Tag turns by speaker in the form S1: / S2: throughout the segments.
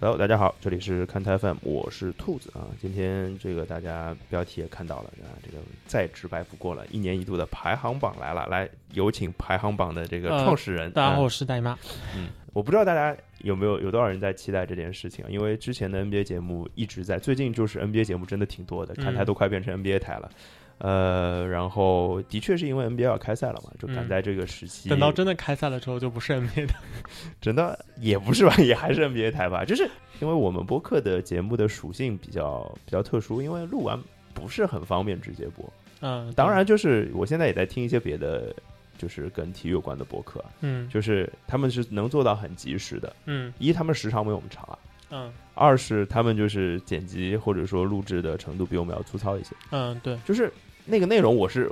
S1: Hello，大家好，这里是看台 FM，我是兔子啊。今天这个大家标题也看到了啊，这个再直白不过了，一年一度的排行榜来了，来有请排行榜的这个
S2: 呃
S1: 创始人。
S2: 大家好，
S1: 嗯
S2: 我是大姨妈。
S1: 我不知道大家有没有有多少人在期待这件事情，因为之前的 NBA 节目一直在，最近就是 NBA 节目真的挺多的，
S2: 嗯
S1: 看台都快变成 NBA 台了。呃，然后的确是因为 NBA 要开赛了嘛，就赶
S2: 嗯
S1: 在这个时期，
S2: 等到真的开赛了之后，就不是 NBA 的。
S1: 真的也不是吧， 也还是 NBA 台吧，就是因为我们播客的节目的属性比较比较特殊，因为录完不是很方便直接播。
S2: 嗯，
S1: 当然，，就是我现在也在听一些别的，就是跟体育有关的播客啊，
S2: 嗯，
S1: 就是他们是能做到很及时的。
S2: 嗯
S1: 一，他们时长没有我们长啊；
S2: 嗯
S1: 二是他们就是剪辑或者说录制的程度比我们要粗糙一些，
S2: 嗯，对，
S1: 就是那个内容我是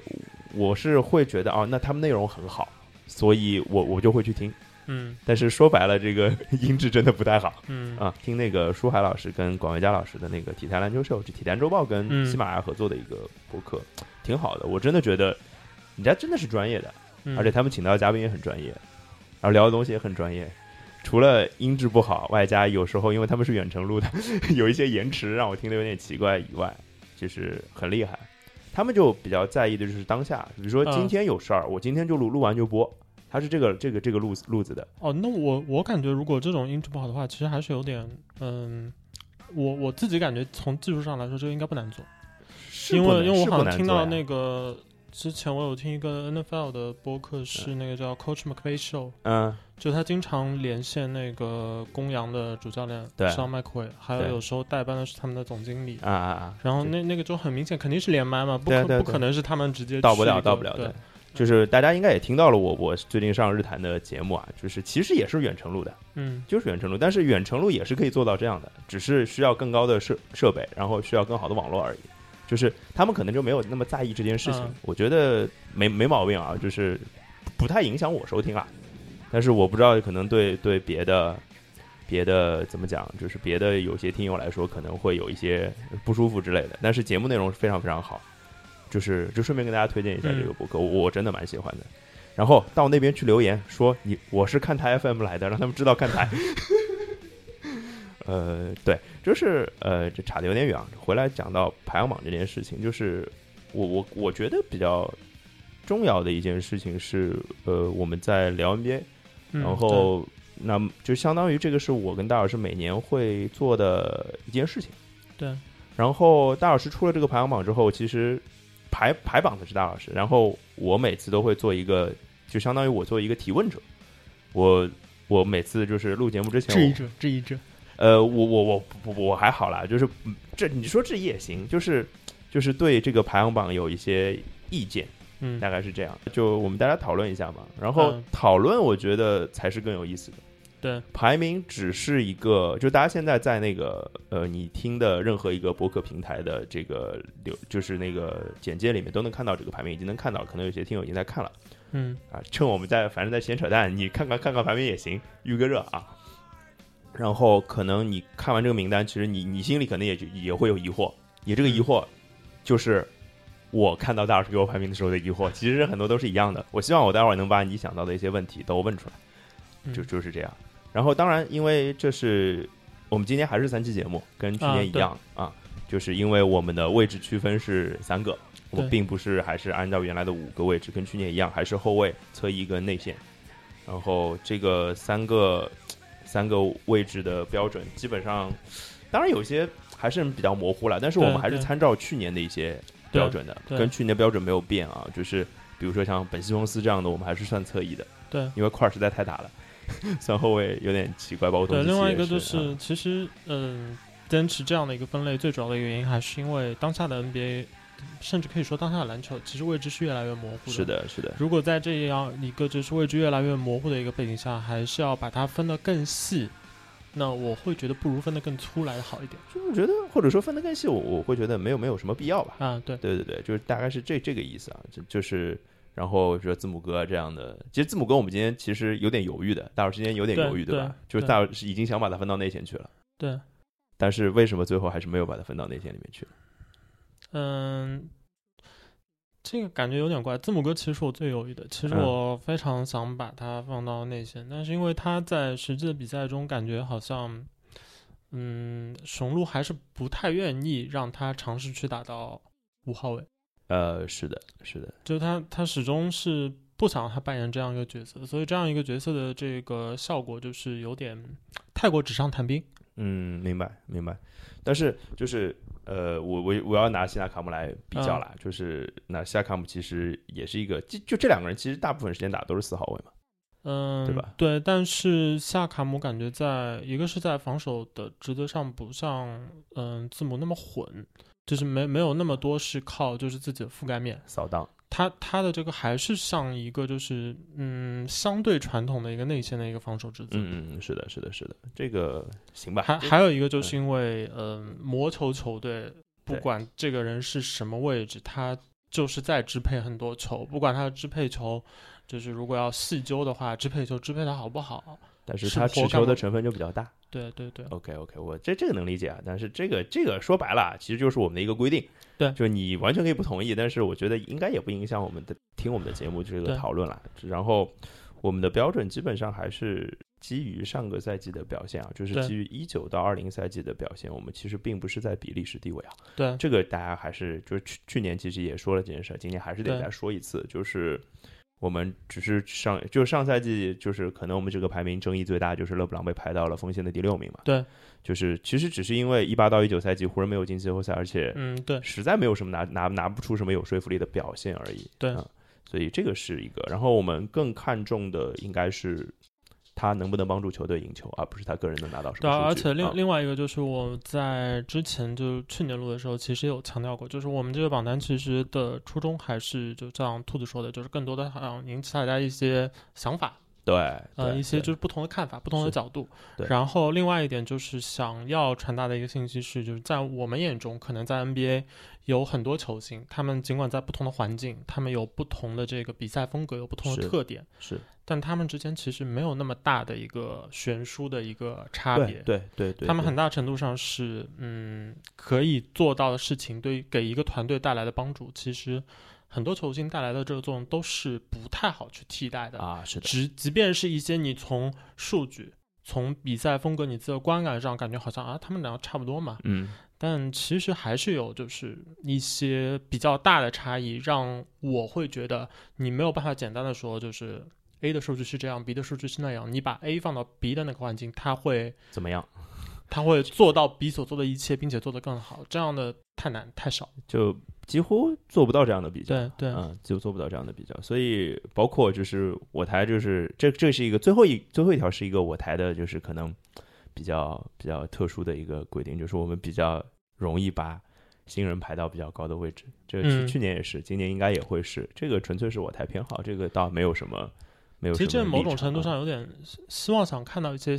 S1: 我是会觉得哦，那他们内容很好，所以我我就会去听。
S2: 嗯
S1: 但是说白了，这个 音质真的不太好
S2: 嗯
S1: 啊。听那个舒海老师跟广维佳老师的那个《体坛篮球秀》，就《体坛周报》跟
S2: 嗯
S1: 喜马拉雅合作的一个博客，挺好的。我真的觉得人家真的是专业的，
S2: 嗯，
S1: 而且他们请到的嘉宾也很专业，然后聊的东西也很专业。除了音质不好，外加有时候因为他们是远程录的， 有一些延迟让我听得有点奇怪以外，就是很厉害。他们就比较在意的就是当下，比如说
S2: 嗯
S1: 今天有事儿，我今天就录，录完就播。他是这个这个这个路路子的，
S2: 哦，那我我感觉如果这种音质不好的话，其实还是有点，嗯，我我自己感觉从技术上来说，这个应该不难做，
S1: 是
S2: 因
S1: 不能
S2: 为因为我
S1: 是不
S2: 好
S1: 难
S2: 像听
S1: 做
S2: 到
S1: 呀
S2: 那个之前我有听一个 NFL 的播客是那个叫 Coach McVay Show，
S1: 嗯
S2: 就他经常连线那个公羊的主教练
S1: 对
S2: 上麦克韦，还有
S1: 对
S2: 有时候代班的是他们的总经理。
S1: 啊啊啊，
S2: 然后
S1: 就
S2: 那那个就很明显，肯定是连麦嘛，不
S1: 对
S2: 可
S1: 对
S2: 不
S1: 对
S2: 可能是他们直接
S1: 到不
S2: 去
S1: 了
S2: 一个
S1: 到不了
S2: 对
S1: 的，，就是大家应该也听到了我我最近上日坛的节目啊，就是其实也是远程录的，
S2: 嗯
S1: 就是远程录，但是远程录也是可以做到这样的，只是需要更高的设设备，然后需要更好的网络而已。就是他们可能就没有那么在意这件事情，
S2: 嗯
S1: 我觉得没没毛病啊，就是不太影响我收听啦。但是我不知道，可能对对别的别的怎么讲，就是别的有些听友来说可能会有一些不舒服之类的。但是节目内容是非常非常好，就是就顺便跟大家推荐一下这个博客，我我真的蛮喜欢的。然后到那边去留言说你我是看台 FM 来的，让他们知道看台。 呃，对，就是呃，这差的有点远啊。回来讲到排行榜这件事情，就是我我我觉得比较重要的一件事情是，呃，我们在聊 NBA，
S2: 嗯
S1: 然
S2: 对
S1: 后、那么就相当于这个是我跟大老师每年会做的一件事情。
S2: 对，
S1: 然后大老师出了这个排行榜之后，其实排排榜的是大老师，然后我每次都会做一个，就相当于我做一个提问者，我我每次就是录节目之前我
S2: 质疑者，质疑者，
S1: 呃，我我我我我还好啦，就是嗯这你说这也行，就是就是对这个排行榜有一些意见，
S2: 嗯
S1: 大概是这样，就我们大家讨论一下嘛。然后
S2: 嗯
S1: 讨论，我觉得才是更有意思的。
S2: 对，
S1: 排名只是一个，就大家现在在那个呃，你听的任何一个博客平台的这个流，就是那个简介里面都能看到这个排名，已经能看到，可能有些听友已经在看了。
S2: 嗯
S1: 啊，趁我们在反正在闲扯淡，你看看看看排名也行，预个热啊。然后可能你看完这个名单，其实你你心里可能也就也会有疑惑，你这个疑惑就是我看到大老师给我排名的时候的疑惑，其实很多都是一样的。我希望我待会儿能把你想到的一些问题都问出来，
S2: 嗯
S1: 就就是这样。然后当然，因为这是我们今天还是三期节目，跟去
S2: 啊
S1: 年一
S2: 对
S1: 样啊就是因为我们的位置区分是三个，我们
S2: 对
S1: 并不是还是按照原来的五个位置，跟去年一样，还是后卫、侧翼跟内线。然后这个三个三个位置的标准，基本上，当然有些还是比较模糊了，但是我们
S2: 对
S1: 还是
S2: 对
S1: 参照去年的一些
S2: 对
S1: 标准的，
S2: 对
S1: 跟去年的标准没有变啊。就是比如说像本西蒙斯这样的，我们还是算侧翼的，
S2: 对
S1: 因为块儿实在太大了， 算后卫有点奇怪，包括
S2: 对。
S1: 东契奇
S2: 另外一
S1: 也啊
S2: 个就是是，其实嗯，坚持这样的一个分类，最主要的原因还是因为当下的 NBA，甚至可以说当下的篮球，其实位置是越来越模糊
S1: 嗯是。的，是的，
S2: 如果在这样一个就是位置越来越模糊的一个背景下，还是要把它分得更细，那我会觉得不如分得更粗来的好一点
S1: 就我觉得或者说分得更细，我我会觉得没有没有什么必要吧。
S2: 啊。对，
S1: 对对对，就是大概是这这个意思啊，就就是。然后说字母哥这样的，其实字母哥我们今天其实有点犹豫的，大伙儿之间有点犹豫，
S2: 对
S1: 吧？
S2: 对
S1: 就是大伙儿是已经想把它分到内线去了，
S2: 对，
S1: 但是为什么最后还是没有把它分到内线里面去？
S2: 嗯，这个感觉有点怪。字母哥其实是我最犹豫的，其实
S1: 嗯
S2: 我非常想把它放到内线，但是因为他在实际的比赛中感觉好像嗯，雄鹿还是不太愿意让他尝试去打到五号位，
S1: 呃，是的，是的，
S2: 就是他他始终是不想让他扮演这样一个角色，所以这样一个角色的这个效果就是有点太过纸上谈兵。
S1: 嗯，明白明白。但是就是呃，我我我要拿西纳卡姆来比较
S2: 嗯
S1: 啦，就是那西纳卡姆其实也是一个，就就这两个人其实大部分时间打都是四号位嘛。
S2: 嗯，
S1: 对吧
S2: 对，但是夏卡姆感觉在一个是在防守的职责上不像嗯字母那么混，就是没没有那么多是靠就是自己的覆盖面，
S1: 扫荡，
S2: 他他的这个还是像一个就是嗯相对传统的一个内线的一个防守职责。
S1: 嗯嗯，是的，是的，是的，这个行吧。
S2: 还还有一个就是因为嗯魔球球队不
S1: 对
S2: 管这个人是什么位置，他就是在支配很多球，不管他的支配球。就是如果要细究的话，支配球支配的好不好？
S1: 但是
S2: 是
S1: 他
S2: 活
S1: 持
S2: 干
S1: 球
S2: 嘛
S1: 的成分就比较大。
S2: 对对对，
S1: OK OK，我这这个能理解啊，但是这个这个说白了啊，其实就是我们的一个规定。
S2: 对
S1: 就是你完全可以不同意，但是我觉得应该也不影响我们的听我们的节目这个
S2: 对
S1: 讨论啦。然后我们的标准基本上还是基于上个赛季的表现啊，就是
S2: 对
S1: 基于一九到二零赛季的表现，我们其实并不是在比历史地位啊。
S2: 对，
S1: 这个大家还是就是去去年其实也说了这件事儿，今年还是得
S2: 对
S1: 再说一次，就是我们只是上就上赛季就是可能我们这个排名争议最大就是勒布朗被排到了锋线的第六名嘛，
S2: 对，
S1: 就是其实只是因为一八到一九赛季湖人没有进季后赛，而且
S2: 嗯，对，
S1: 实在没有什么拿拿拿不出什么有说服力的表现而已，
S2: 对
S1: 啊所以这个是一个，然后我们更看重的应该是。他能不能帮助球队赢球，而不是他个人能拿到什
S2: 对
S1: 么
S2: 啊，而
S1: 数据
S2: 且另、
S1: 啊
S2: 另外一个就是我在之前就是去年录的时候，其实也有强调过，就是我们这个榜单其实的初衷还是就像兔子说的，就是更多的让引起大家一些想法，
S1: 对
S2: 呃，
S1: 对
S2: 一些
S1: 对
S2: 就是不同的看法、不同的
S1: 是
S2: 角度。
S1: 对
S2: 然后另外一点就是想要传达的一个信息是，就是在我们眼中，可能在 NBA 有很多球星，他们尽管在不同的环境，他们有不同的这个比赛风格，有不同的
S1: 是
S2: 特点，
S1: 是
S2: 但他们之间其实没有那么大的一个悬殊的一个差
S1: 对
S2: 别。
S1: 对对对，
S2: 他们
S1: 对
S2: 很大程度上是，嗯，可以做到的事情，对于给一个团队带来的帮助，其实很多球星带来的这个作用都是不太好去替代的。
S1: 啊，是的，
S2: 只即便是一些你从数据、从比赛风格、你自己的观感上感觉好像啊，他们两个差不多嘛，
S1: 嗯，
S2: 但其实还是有就是一些比较大的差异，让我会觉得你没有办法简单的说就是 A 的数据是这样，B 的数据是那样。你把 A 放到 B 的那个环境，它会
S1: 怎么样？
S2: 它会做到 B 所做的一切，并且做得更好，这样的太难太少。
S1: 就几乎做不到这样的比较。
S2: 对对，
S1: 嗯，就做不到这样的比较，所以包括就是我台，就是这这是一个最后一最后一条是一个我台的，就是可能比较比较特殊的一个规定，就是我们比较容易把新人排到比较高的位置，这个去、
S2: 嗯
S1: 去年也是，今年应该也会是，这个纯粹是我台偏好，这个倒没有什么没有什
S2: 其
S1: 么
S2: 实这某
S1: 立
S2: 种
S1: 场
S2: 程度
S1: 啊
S2: 上有点希望想看到一些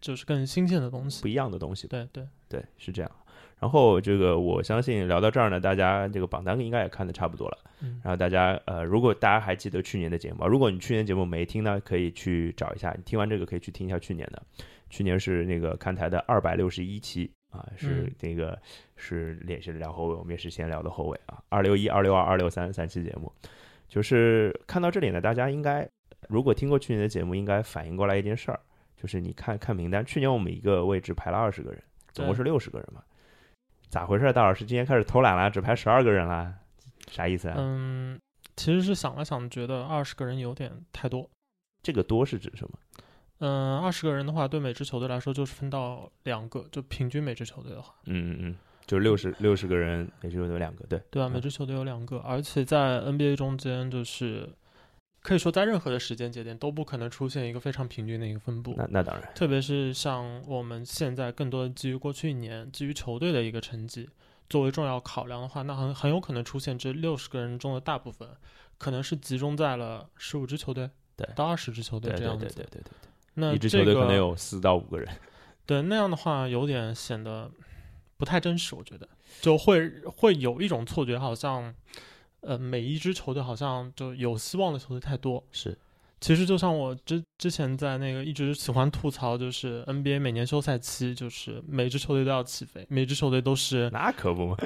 S2: 就是更新鲜的东西。
S1: 不一样的东西吧
S2: 对对，
S1: 对，是这样。然后这个我相信聊到这儿呢，大家这个榜单应该也看的差不多了。
S2: 嗯
S1: 然后大家呃，如果大家还记得去年的节目啊，如果你去年节目没听呢，可以去找一下。你听完这个可以去听一下去年的，去年是那个看台的二百六十一期啊，是
S2: 嗯
S1: 那个、是也是聊后卫，我们也是先聊的后卫啊，二六一、二六二、二六三三期节目。就是看到这里呢，大家应该如果听过去年的节目，应该反应过来一件事儿，就是你看看名单，去年我们一个位置排了二十个人，总共
S2: 对
S1: 是六十个人嘛，咋回事儿？大老师今年开始偷懒啦，只排十二个人啦，啥意思啊？
S2: 嗯，其实是想了想，觉得二十个人有点太多。
S1: 这个多是指什么？
S2: 嗯，二十个人的话，对每支球队来说就是分到两个，就平均每支球队的话，
S1: 嗯嗯嗯，就是六十六十个人，也就有两个，对
S2: 对吧、
S1: 嗯
S2: 每支球队有两个，而且在 NBA 中间，就是可以说在任何的时间节点都不可能出现一个非常平均的一个分布。
S1: 那那当然，
S2: 特别是像我们现在更多的基于过去一年基于球队的一个成绩作为重要考量的话，那很很有可能出现这六十个人中的大部分可能是集中在了十五支球队，
S1: 对
S2: 到二十支球队
S1: 对
S2: 这
S1: 对
S2: 样
S1: 对
S2: 子。
S1: 对对对对，
S2: 那
S1: 一支
S2: 这
S1: 球队可
S2: 个
S1: 能有四到五个人，
S2: 对那样的话，有点显得不太真实，我觉得就会会有一种错觉，好像呃每一支球队好像就有希望的球队太多，
S1: 是
S2: 其实就像我之之前在那个一直喜欢吐槽，就是 NBA 每年休赛期，就是每支球队都要起飞，每支球队都是
S1: 那可不嘛，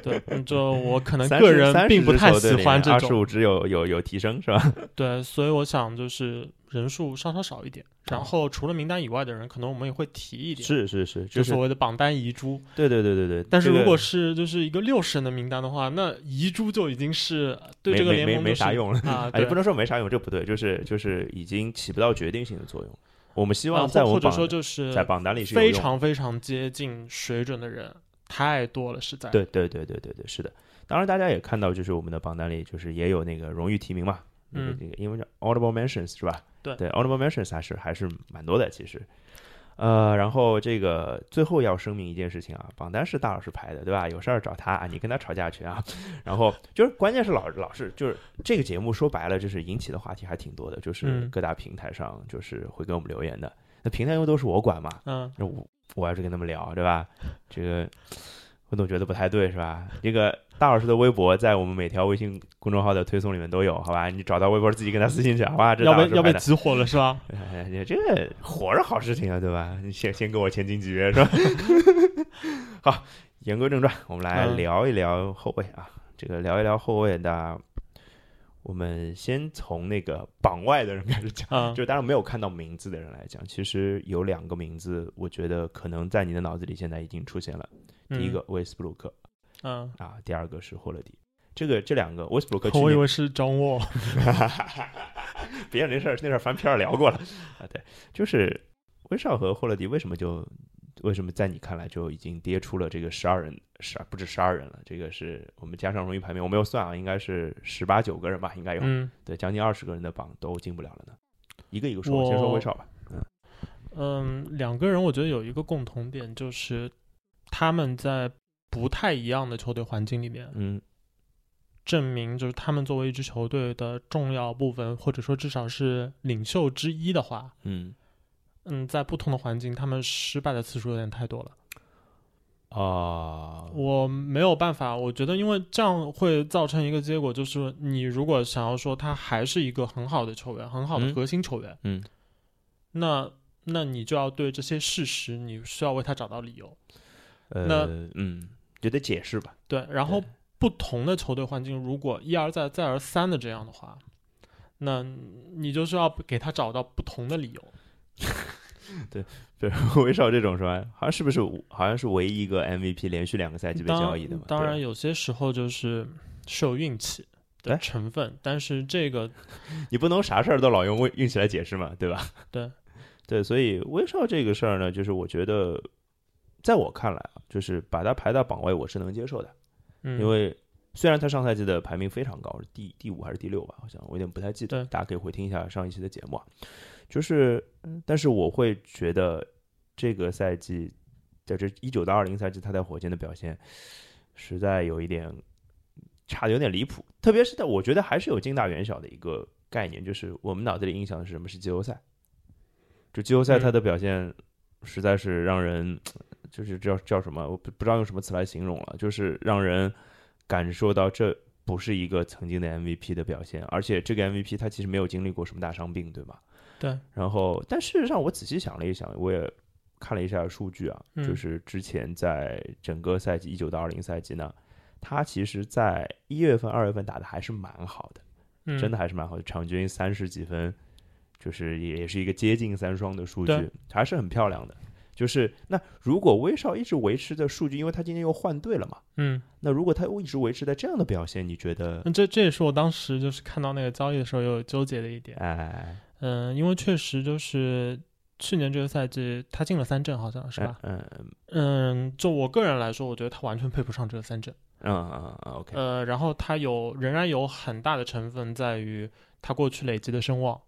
S2: 对，嗯就我可 能
S1: 30
S2: 个人并不太喜欢这
S1: 二十
S2: 种，
S1: 五支有有有提升是吧？
S2: 对，所以我想就是人数稍稍少一点。然后除了名单以外的人，可能我们也会提一
S1: 哦
S2: 点，
S1: 是是是，
S2: 就是所谓的榜单遗珠。
S1: 对对对对对。
S2: 但是
S1: 这个
S2: 如果是就是一个六十人的名单的话，那遗珠就已经是呃对
S1: 没
S2: 这个
S1: 没
S2: 联
S1: 没
S2: 盟
S1: 没
S2: 就是
S1: 啥用了
S2: 啊，
S1: 哎，
S2: 对，
S1: 不能说没啥用，这不对，就是就是已经起不到决定性的作用。我们希
S2: 啊
S1: 望
S2: 或
S1: 在我
S2: 或
S1: 们
S2: 者
S1: 榜
S2: 说就是
S1: 在榜单里是有
S2: 非
S1: 用的
S2: 常非常接近水准的人太多了，实在。
S1: 对对对对对对，是的。当然，大家也看到，就是我们的榜单里，就是也有那个荣誉提名嘛，那个
S2: 嗯
S1: 这个英文叫 honorable mentions 是吧？
S2: 对
S1: 对，honorable mentions 还是还是蛮多的，其实。呃，然后这个最后要声明一件事情啊，榜单是大老师排的，对吧？有事儿找他啊，你跟他吵架去啊。 然后就是关键是老老是就是这个节目说白了，就是引起的话题还挺多的，就是
S2: 嗯
S1: 各大平台上就是会给我们留言的。那平台因为都是我管嘛，
S2: 嗯，
S1: 那我我要是跟他们聊，对吧？这个我总觉得不太对，是吧？这个大老师的微博在我们每条微信公众号的推送里面都有，好吧？你找到微博自己跟他私信讲，好吧？这
S2: 要
S1: 大老
S2: 被
S1: 师
S2: 要被
S1: 拍的
S2: 急火了 是吧？
S1: 哎呀这个火是好事情啊，对吧？你先先给我前进几月是吧？ 好，言归正传，我们来
S2: 嗯
S1: 聊一聊后卫啊，这个聊一聊后卫的。我们先从那个榜外的人开始讲。
S2: 啊，
S1: 就当然没有看到名字的人来讲，其实有两个名字，我觉得可能在你的脑子里现在已经出现了。第一个威斯布鲁克
S2: 嗯，
S1: 啊，第二个是霍勒迪。这个这 两个威斯布鲁克
S2: 嗯，
S1: 去
S2: 我以
S1: 年，
S2: 为是张沃，
S1: 别人那事儿那事儿翻篇儿聊过了啊。对，就是威少和霍勒迪为什么就为什么在你看来就已经跌出了这个十二人十不止十二人了？这个是我们加上荣誉排名，我没有算啊，应该是十八九个人吧，应该有、
S2: 嗯，
S1: 对将近二十个人的榜都进不了了呢。一个一个说，先说
S2: 我
S1: 威少吧。
S2: 嗯，两个人我觉得有一个共同点，就是他们在不太一样的球队环境里面，
S1: 嗯
S2: 证明就是他们作为一支球队的重要部分，或者说至少是领袖之一的话，
S1: 嗯。
S2: 嗯，在不同的环境，他们失败的次数有点太多了。
S1: 啊，
S2: 我没有办法，我觉得因为这样会造成一个结果，就是你如果想要说他还是一个很好的球员，很好的
S1: 嗯
S2: 核心球员，
S1: 嗯
S2: 那那你就要对这些事实，你需要为他找到理由。
S1: 呃
S2: 那，
S1: 嗯，就得解释 吧。
S2: 对，然后
S1: 对
S2: 不同的球队环境，如果一而再、再而三的这样的话，那你就是要给他找到不同的理由。
S1: 对，威少这种是吧？好像是不是好像是唯一一个 MVP 连续两个赛季被交易的嘛？
S2: 当然，
S1: 对
S2: 有些时候就是是有运气的
S1: 哎
S2: 成分，但是这个
S1: 你不能啥事儿都老用运运气来解释嘛，对吧？
S2: 对
S1: 对，所以威少这个事儿呢，就是我觉得，在我看来啊，就是把他排到榜位，我是能接受的。
S2: 嗯，
S1: 因为虽然他上赛季的排名非常高，是第第五还是第六吧，好像我有点不太记得，
S2: 对
S1: 大家可以回听一下上一期的节目啊。就是，嗯但是我会觉得这个赛季，在这一九到二零赛季，他在火箭的表现实在有一点差的有点离谱，特别是在我觉得还是有近大远小的一个概念，就是我们脑子里印象的是什么是季后赛，就季后赛他的表现实在是让人。就是叫叫什么，我不不知道用什么词来形容了，就是让人感受到这不是一个曾经的 MVP 的表现，而且这个 MVP 他其实没有经历过什么大伤病，对吗？
S2: 对。
S1: 然后，但事实上我仔细想了一想，我也看了一下数据啊，
S2: 嗯
S1: 就是之前在整个赛季一九到二零赛季呢，他其实在一月份、二月份打的还是蛮好的。
S2: 嗯
S1: 真的还是蛮好的，场均三十几分，就是也也是一个接近三双的数据
S2: 对，
S1: 还是很漂亮的。就是那如果威少一直维持的数据，因为他今天又换队了嘛，
S2: 嗯，
S1: 那如果他一直维持在这样的表现，你觉得
S2: 那？这这也是我当时就是看到那个交易的时候有纠结的一点。
S1: 哎，
S2: 嗯，因为确实就是去年这个赛季他进了三阵，好像是吧？
S1: 嗯？嗯
S2: 嗯，就我个人来说，我觉得他完全配不上这个三阵。
S1: 嗯嗯嗯，OK，
S2: 呃，然后他有仍然有很大的成分在于他过去累积的声望，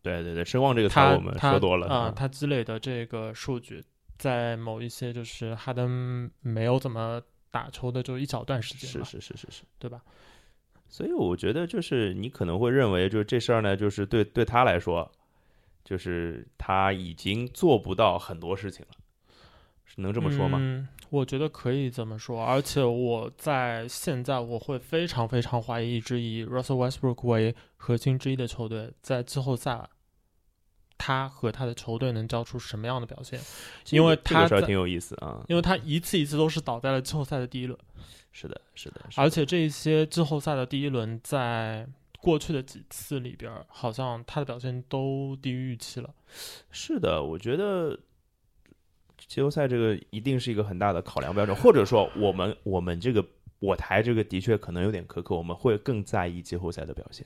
S1: 对对对，声望这个词
S2: 他
S1: 我们
S2: 他
S1: 说多了
S2: 啊、
S1: 嗯
S2: 他积累的这个数据，在某一些就是哈登没有怎么打球的就一小段时间
S1: 是
S2: 吧，
S1: 是是是是。
S2: 对吧？
S1: 所以我觉得就是你可能会认为，就是这事儿呢，就是对对他来说，就是他已经做不到很多事情了，是能这么说吗？
S2: 嗯，我觉得可以这么说，而且我在现在我会非常非常怀疑一支以 Russell Westbrook 为核心之一的球队在季后赛。他和他的球队能交出什么样的表现？
S1: 这个
S2: 因为
S1: 这个
S2: 他
S1: 事儿
S2: 在
S1: 挺有意思啊。
S2: 因为他一次一次都是倒在了季后赛的第一轮，
S1: 是的，是的，是的
S2: 而且这一些季后赛的第一轮在过去的几次里边儿，好像他的表现都低于预期了。
S1: 是的，我觉得季后赛这个一定是一个很大的考量标准，或者说我们我们这个我台这个的确可能有点苛刻，我们会更在意季后赛的表现，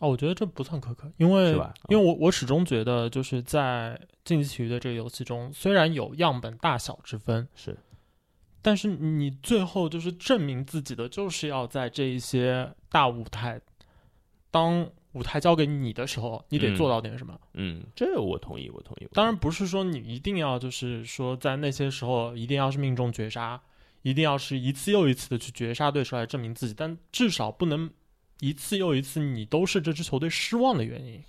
S2: 哦，我觉得这不算苛刻，因为
S1: 是吧？啊嗯
S2: 因为我我始终觉得，就是在竞技体育的这个游戏中，虽然有样本大小之分，
S1: 是
S2: 但是你最后就是证明自己的，就是要在这一些大舞台，当舞台交给你的时候，你得
S1: 嗯
S2: 做到点什么。
S1: 嗯，这我同意，我同意。
S2: 当然不是说你一定要就是说在那些时候一定要是命中绝杀，一定要是一次又一次的去绝杀对手来证明自己，但至少不能一次又一次你都是这支球队失望的原因。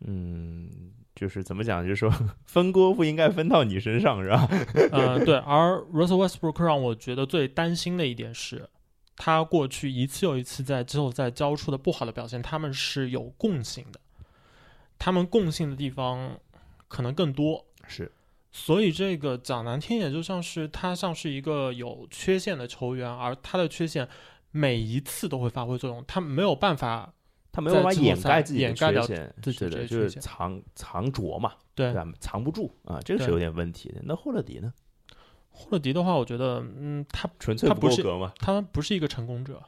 S1: 嗯，就是怎么讲，就是说分锅不应该分到你身上，是吧？
S2: 呃，对。而 Russell Westbrook 让我觉得最担心的一点是，他过去一次又一次在季后赛交出的不好的表现，他们是有共性的，他们共性的地方可能更多。
S1: 是，
S2: 所以这个讲难听一点，就像是他像是一个有缺陷的球员，而他的缺陷每一次都会发挥作用，他没有办法
S1: 他没有办法
S2: 在季后
S1: 掩
S2: 赛
S1: 盖自己的
S2: 掩盖
S1: 缺
S2: 掉
S1: 陷，
S2: 自己
S1: 是
S2: 的这
S1: 的，
S2: 些
S1: 就
S2: 缺
S1: 是
S2: 陷
S1: 藏藏拙嘛，
S2: 对
S1: 对吧？藏不住啊，这个是
S2: 对
S1: 有点问题的。那霍勒迪呢？
S2: 霍勒迪的话，我觉得，嗯，他
S1: 纯粹
S2: 他
S1: 够
S2: 不是
S1: 格嘛？
S2: 他不是一个成功者，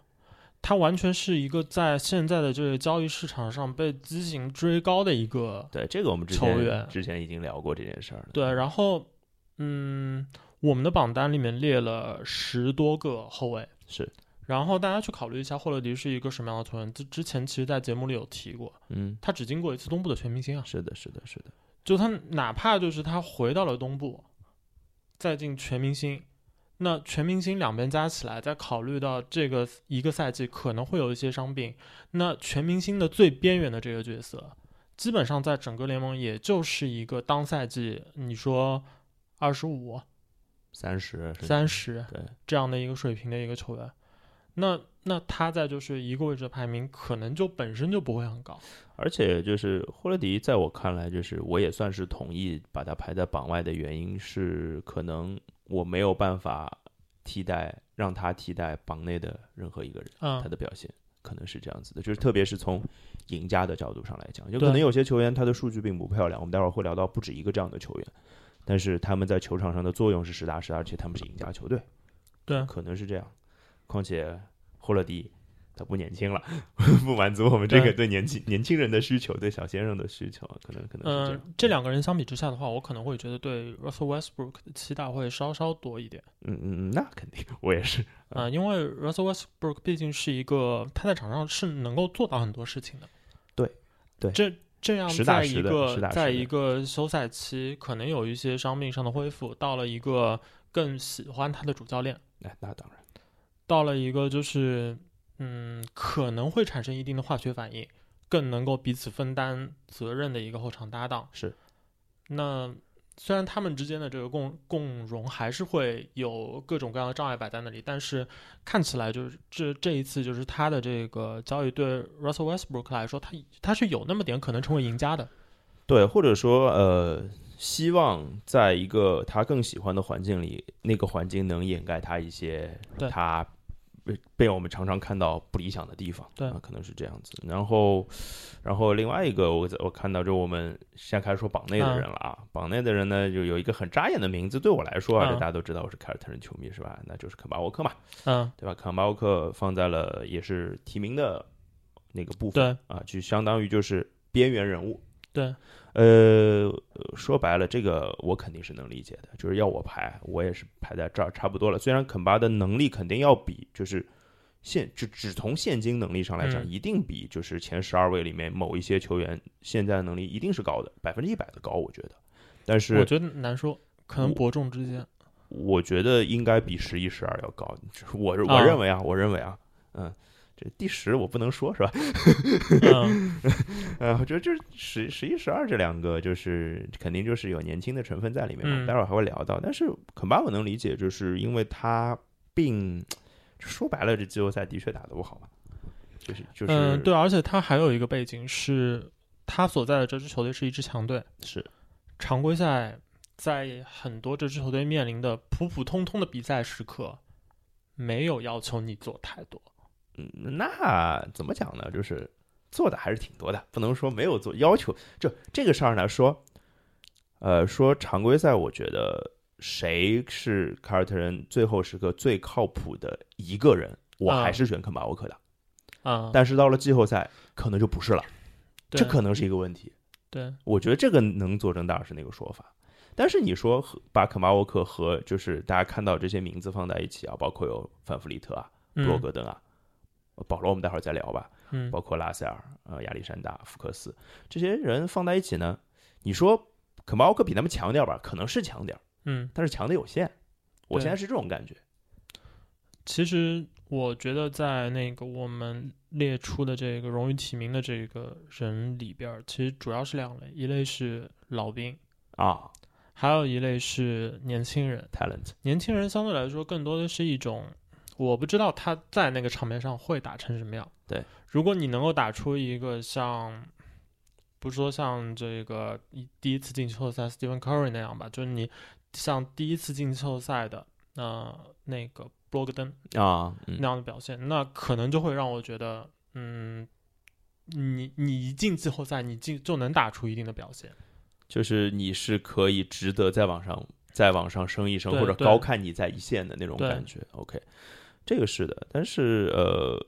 S2: 他完全是一个在现在的这个交易市场上被畸形追高的一个
S1: 对，这个我们之
S2: 球
S1: 前
S2: 员
S1: 之前已经聊过这件事儿了。
S2: 对。然后，嗯，我们的榜单里面列了十多个后卫，
S1: 是，
S2: 然后大家去考虑一下霍勒迪是一个什么样的球员。之之前其实，在节目里有提过，
S1: 嗯，
S2: 他只经过一次东部的全明星啊，
S1: 是的，是的，是的，
S2: 就他哪怕就是他回到了东部，再进全明星，那全明星两边加起来，再考虑到这个一个赛季可能会有一些伤病，那全明星的最边缘的这个角色，基本上在整个联盟也就是一个当赛季你说二十五、
S1: 三十，
S2: 三十
S1: 对
S2: 这样的一个水平的一个球员，那那他在就是一个位置的排名可能就本身就不会很高，
S1: 而且就是霍勒迪，在我看来，就是我也算是同意把他排在榜外的原因是，可能我没有办法替代让他替代榜内的任何一个人，
S2: 嗯
S1: 他，的表现可能是这样子的，就是特别是从赢家的角度上来讲，就
S2: 对
S1: 可能有些球员他的数据并不漂亮，我们待会儿会聊到不止一个这样的球员，但是他们在球场上的作用是实打实的，而且他们是赢家球队，
S2: 对
S1: 可能是这样。况且霍勒迪他不年轻了， 不满足我们
S2: 对
S1: 这个对年轻年轻人的需求，对小鲜肉的需求，可能可能是这
S2: 嗯
S1: 样。，
S2: 这两个人相比之下的话，我可能会觉得对 Russell Westbrook 的期待会稍稍多一点。
S1: 嗯嗯嗯，那肯定，我也是。
S2: 啊、因为 Russell Westbrook 毕竟是一个他在场上是能够做到很多事情的。
S1: 对，对
S2: 这这样
S1: 实打
S2: 在
S1: 实
S2: 一
S1: 的实
S2: 个
S1: 打
S2: 在
S1: 实的
S2: 一个休赛期，可能有一些伤病上的恢复，到了一个更喜欢他的主教练，
S1: 哎，那当然，
S2: 到了一个就是嗯可能会产生一定的化学反应，更能够彼此分担责任的一个后场搭档。
S1: 是
S2: 那虽然他们之间的这个共共融还是会有各种各样的障碍摆在那里，但是看起来就是这这一次就是他的这个交易对 Russell Westbrook 来说，他他是有那么点可能成为赢家的。
S1: 对，或者说呃，希望在一个他更喜欢的环境里，那个环境能掩盖他一些
S2: 对
S1: 他被被我们常常看到不理想的地方，
S2: 对
S1: 啊，可能是这样子。然后，然后另外一个我在我看到就我们现在开始说榜内的
S2: 嗯
S1: 人了啊，榜内的人呢就有一个很扎眼的名字，对我来说啊，这
S2: 嗯
S1: 大家都知道我是凯尔特人球迷是吧？那就是肯巴沃克嘛，
S2: 嗯，
S1: 对吧？肯巴沃克放在了也是提名的那个部分
S2: 对
S1: 啊，就相当于就是边缘人物。
S2: 对，
S1: 呃，说白了，这个我肯定是能理解的，就是要我排，我也是排在这儿差不多了。虽然肯巴的能力肯定要比就是现只只从现今能力上来讲，
S2: 嗯
S1: 一定比就是前十二位里面某一些球员现在的能力一定是高的，百分之一百的高，我觉得。但
S2: 我
S1: 是
S2: 觉得难说，可能
S1: 我
S2: 伯仲 之间。
S1: 我觉得应该比十一、十二要高，就是我是我
S2: 啊
S1: 认为啊，我认为啊，嗯，这第十我不能说是吧？
S2: 嗯，
S1: 呃，我觉得就是十十一、十二这两个，就是肯定就是有年轻的成分在里面嘛。
S2: 嗯
S1: 待会儿还会聊到，但是肯巴我能理解，就是因为他并说白了，这季后赛的确打得不好嘛，就是就是、
S2: 嗯，对，而且他还有一个背景是，他所在的这支球队是一支强队，
S1: 是
S2: 常规赛在很多这支球队面临的普普通通的比赛时刻，没有要求你做太多。
S1: 嗯那怎么讲呢？就是做的还是挺多的，不能说没有做。要求就这个事儿呢，说，呃，说常规赛，我觉得谁是凯尔特人最后时刻最靠谱的一个人，我
S2: 啊
S1: 还是选肯巴沃克的。
S2: 啊，
S1: 但是到了季后赛，可能就不是了，
S2: 对嗯
S1: 这可能是一个问题。
S2: 对
S1: 我觉得这个能佐证大老师那个说法。但是你说和把肯巴沃克和就是大家看到这些名字放在一起啊，包括有范弗利特啊、布洛
S2: 嗯
S1: 格登啊、保罗，我们待会儿再聊吧。
S2: 嗯
S1: 包括拉塞尔、呃亚历山大、福克斯这些人放在一起呢，你说肯巴沃克比他们强点儿吧？可能是强点儿，
S2: 嗯，
S1: 但是强的有限。我
S2: 对
S1: 现在是这种感觉。
S2: 其实我觉得在那个我们列出的这个荣誉提名的这个人里边儿，其实主要是两类，一类是老兵，
S1: 啊
S2: 还有一类是年轻人。
S1: ，talent
S2: 年轻人相对来说更多的是一种，我不知道他在那个场面上会打成什么样。
S1: 对，
S2: 如果你能够打出一个像，不是说像这个一第一次进季后赛 Stephen Curry 那样吧，就是你像第一次进季后赛的呃那个布罗格登
S1: 啊，嗯
S2: 那样的表现，那可能就会让我觉得，嗯，你你一进季后赛，你进就能打出一定的表现。
S1: 就是你是可以值得再往上再往上升一升，
S2: 对
S1: 或者
S2: 对
S1: 高看你在一线的那种
S2: 对
S1: 感觉。OK，这个是的，但是呃，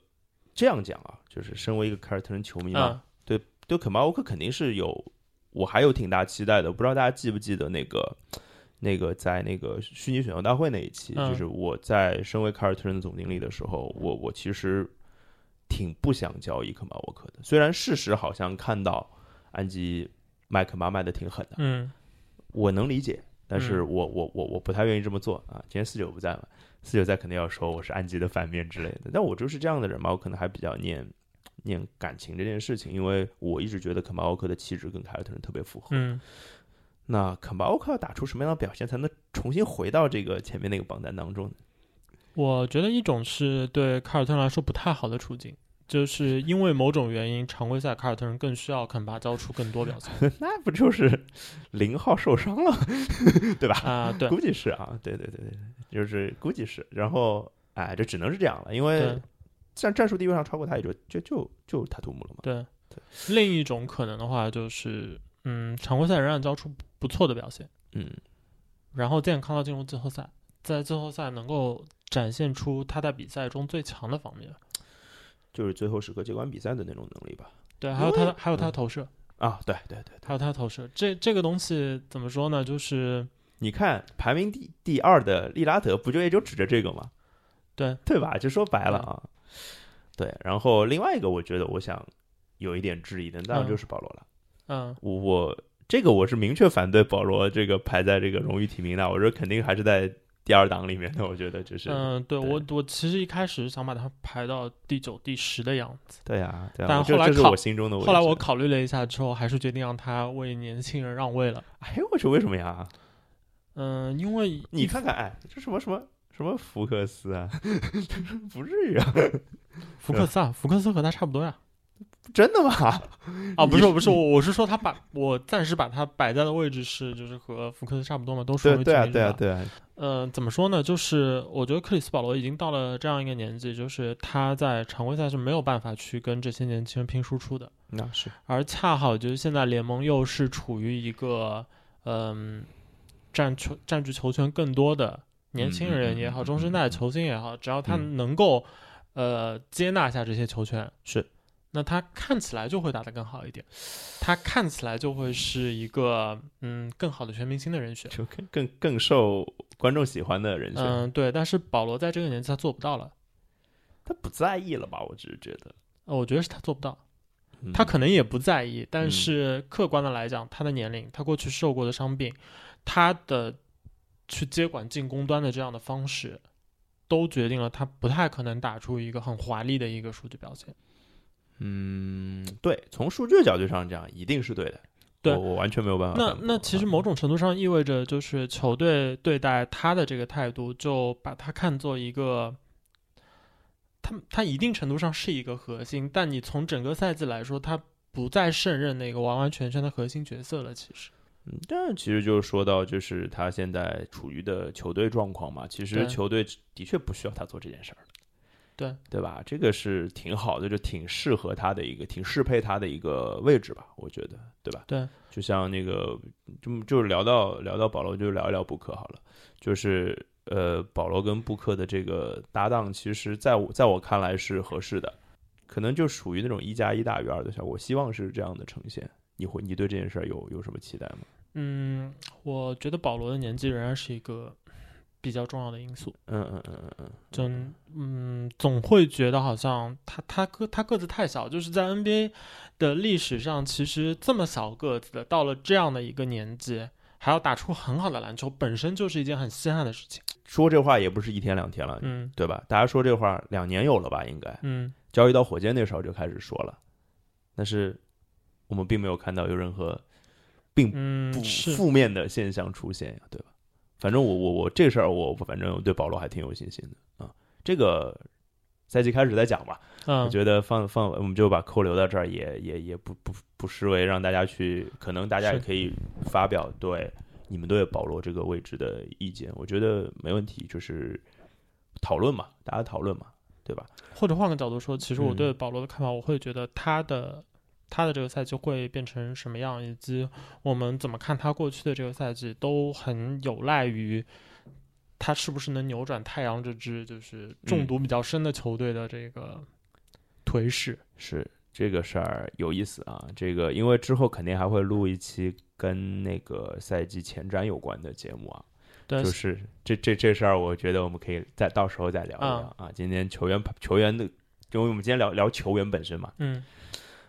S1: 这样讲啊，就是身为一个凯尔特人球迷嘛，
S2: 嗯
S1: 对肯巴沃克肯定是有，我还有挺大期待的。不知道大家记不记得那个那个在那个虚拟选秀大会那一期，
S2: 嗯
S1: 就是我在身为凯尔特人的总经理的时候，我我其实挺不想交易肯巴沃克的。虽然事实好像看到安吉卖肯巴卖的挺狠的，
S2: 嗯
S1: 我能理解，但是我我我我不太愿意这么做啊。今天四九不在嘛，四九在肯定要说我是安吉的反面之类的，但我就是这样的人嘛，我可能还比较念念感情这件事情，因为我一直觉得肯巴沃克的气质跟凯尔特人特别符合。
S2: 嗯
S1: 那肯巴沃克要打出什么样的表现才能重新回到这个前面那个榜单当中呢？
S2: 我觉得一种是对凯尔特人来说不太好的处境，就是因为某种原因，常规赛凯尔特人更需要肯巴交出更多表现
S1: 那不就是 零号受伤了，对吧？
S2: 啊、对
S1: 估计是啊，对对对对，就是估计是。然后，哎，这只能是这样了，因为
S2: 对
S1: 战战术地位上超过他也就就就就塔图姆了嘛。
S2: 对。另一种可能的话就是，嗯，常规赛仍然交出不不错的表现，
S1: 嗯，
S2: 然后健康的进入季后赛，在季后赛能够展现出他在比赛中最强的方面。
S1: 就是最后时刻接管比赛的那种能力吧。
S2: 对，还有他的还有他的投射，
S1: 啊，对对对，
S2: 还有他的投射，这这个东西怎么说呢？就是
S1: 你看排名第第二的利拉德，不就也就指着这个吗？
S2: 对
S1: 对吧？就说白了啊，对。然后另外一个，我觉得我想有一点质疑的，当然就是保罗了。
S2: 嗯
S1: 我我这个我是明确反对保罗这个排在这个荣誉提名的，我说肯定还是在第二档里面的。我觉得就是，
S2: 嗯，对
S1: 对
S2: 我我其实一开始想把他排到第九、第十的样子。
S1: 对呀，对呀，
S2: 但
S1: 我这
S2: 后来
S1: 这是
S2: 考
S1: 我心中的位置。
S2: 后来我考虑了一下之后，还是决定让他为年轻人让位了。
S1: 哎呦我去，为什么呀？
S2: 嗯、因为
S1: 你看看，哎，这什么什么什么福克斯啊， 不至于啊，
S2: 福克斯啊，福克斯和他差不多 呀、
S1: 真的 吗？
S2: 啊。不是不是，我我是说他把我暂时把他摆在的位置是就是和福克斯差不多嘛，都是
S1: 对
S2: 为
S1: 对啊，
S2: 提名
S1: 对啊，
S2: 的。
S1: 对啊，
S2: 呃，怎么说呢？就是我觉得克里斯保罗已经到了这样一个年纪，就是他在常规赛是没有办法去跟这些年轻人拼输出的。
S1: 那是
S2: 而恰好就是现在联盟又是处于一个嗯占球占据球权更多的年轻人也
S1: 嗯嗯
S2: 好，
S1: 嗯
S2: 中生代球星也好，只要他能够、呃接纳一下这些球权，
S1: 是，
S2: 那他看起来就会打得更好一点，他看起来就会是一个嗯更好的全明星的人 选。
S1: 就更更更受观众喜欢的人选，
S2: 嗯，对，但是保罗在这个年纪他做不到了，
S1: 他不在意了吧？我只是觉得，
S2: 呃我觉得是他做不到。
S1: 嗯
S2: 他可能也不在意，但
S1: 嗯
S2: 是客观的来讲，他的年龄，他过去受过的伤病，他的去接管进攻端的这样的方式，都决定了他不太可能打出一个很华丽的一个数据表现。
S1: 嗯，对，从数据角度上讲，一定是对的。
S2: 对
S1: 我我完全没有办法
S2: 那
S1: 反驳。
S2: 那其实某种程度上意味着，就是球队对待他的这个态度，就把他看作一个。他他一定程度上是一个核心，但你从整个赛季来说，他不再胜任那个完完全全的核心角色了。其实，
S1: 嗯，但其实就是说到，就是他现在处于的球队状况嘛，其实
S2: 对
S1: 球队的确不需要他做这件事儿了。
S2: 对
S1: 对吧？这个是挺好的，就挺适合他的一个，挺适配他的一个位置吧，我觉得，对吧？
S2: 对，
S1: 就像那个，就就是聊到聊到保罗，就聊一聊布克好了。就是呃，保罗跟布克的这个搭档，其实在我在我看来是合适的，可能就属于那种一加一大于二的效果。我希望是这样的呈现。你会你对这件事儿有有什么期待吗？
S2: 嗯，我觉得保罗的年纪仍然是一个比较重要的因素。
S1: 嗯嗯嗯嗯嗯，
S2: 真嗯，总会觉得好像他他个他个子太小，就是在 NBA 的历史上，其实这么小个子的，到了这样的一个年纪，还要打出很好的篮球，本身就是一件很稀罕的事情。
S1: 说这话也不是一天两天了，
S2: 嗯
S1: 对吧？大家说这话两年有了吧？应该
S2: 嗯，
S1: 交易到火箭那时候就开始说了，但是我们并没有看到有任何不
S2: 嗯，是
S1: 负面的现象出现呀，对吧？反正我我我这事儿我反正对保罗还挺有信心的啊。这个赛季开始再讲吧，我
S2: 嗯，
S1: 觉得放放我们就把扣留到这儿也也也不不不失为让大家去，可能大家也
S2: 是
S1: 可以发表对你们对保罗这个位置的意见，我觉得没问题，就是讨论嘛，大家讨论嘛，对吧？
S2: 或者换个角度说，其实我
S1: 嗯
S2: 对保罗的看法，我会觉得他的他的这个赛季会变成什么样，以及我们怎么看他过去的这个赛季，都很有赖于他是不是能扭转太阳这支
S1: 嗯
S2: 就是中毒比较深的球队的这个颓势。
S1: 是这个事儿有意思啊，这个因为之后肯定还会录一期跟那个赛季前瞻有关的节目啊，
S2: 对，
S1: 就是这这这事儿，我觉得我们可以再到时候再聊一聊
S2: 嗯
S1: 啊。今天球员球员的，因为我们今天聊聊球员本身嘛，
S2: 嗯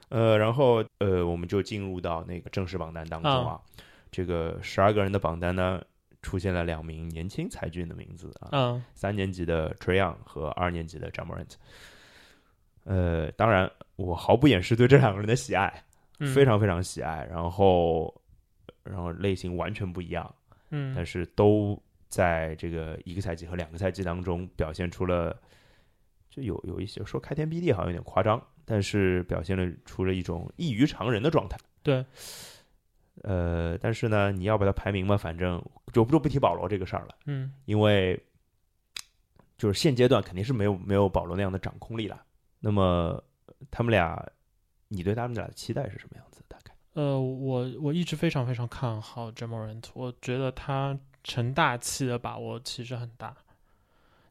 S1: 呃，然后呃，我们就进入到那个正式榜单当中啊。这个十二个人的榜单呢，出现了两名年轻才俊的名字啊，
S2: 嗯
S1: 三年级的 Trey Young 和二年级的 j a m o r a n t 呃，当然，我毫不掩饰对这两个人的喜爱，
S2: 嗯，
S1: 非常非常喜爱。然后，然后类型完全不一样，
S2: 嗯
S1: 但是都在这个一个赛季和两个赛季当中表现出了，就有有一些说开天辟地好像有点夸张，但是表现了出了一种异于常人的状态。
S2: 对，
S1: 呃，但是呢，你要把它排名嘛，反正就就不提保罗这个事儿了，
S2: 嗯
S1: 因为就是现阶段肯定是没有没有保罗那样的掌控力了。那么他们俩，你对他们俩的期待是什么样子？大概？
S2: 呃，我我一直非常非常看好 j a m o r a n t 我觉得他成大器的把握其实很大。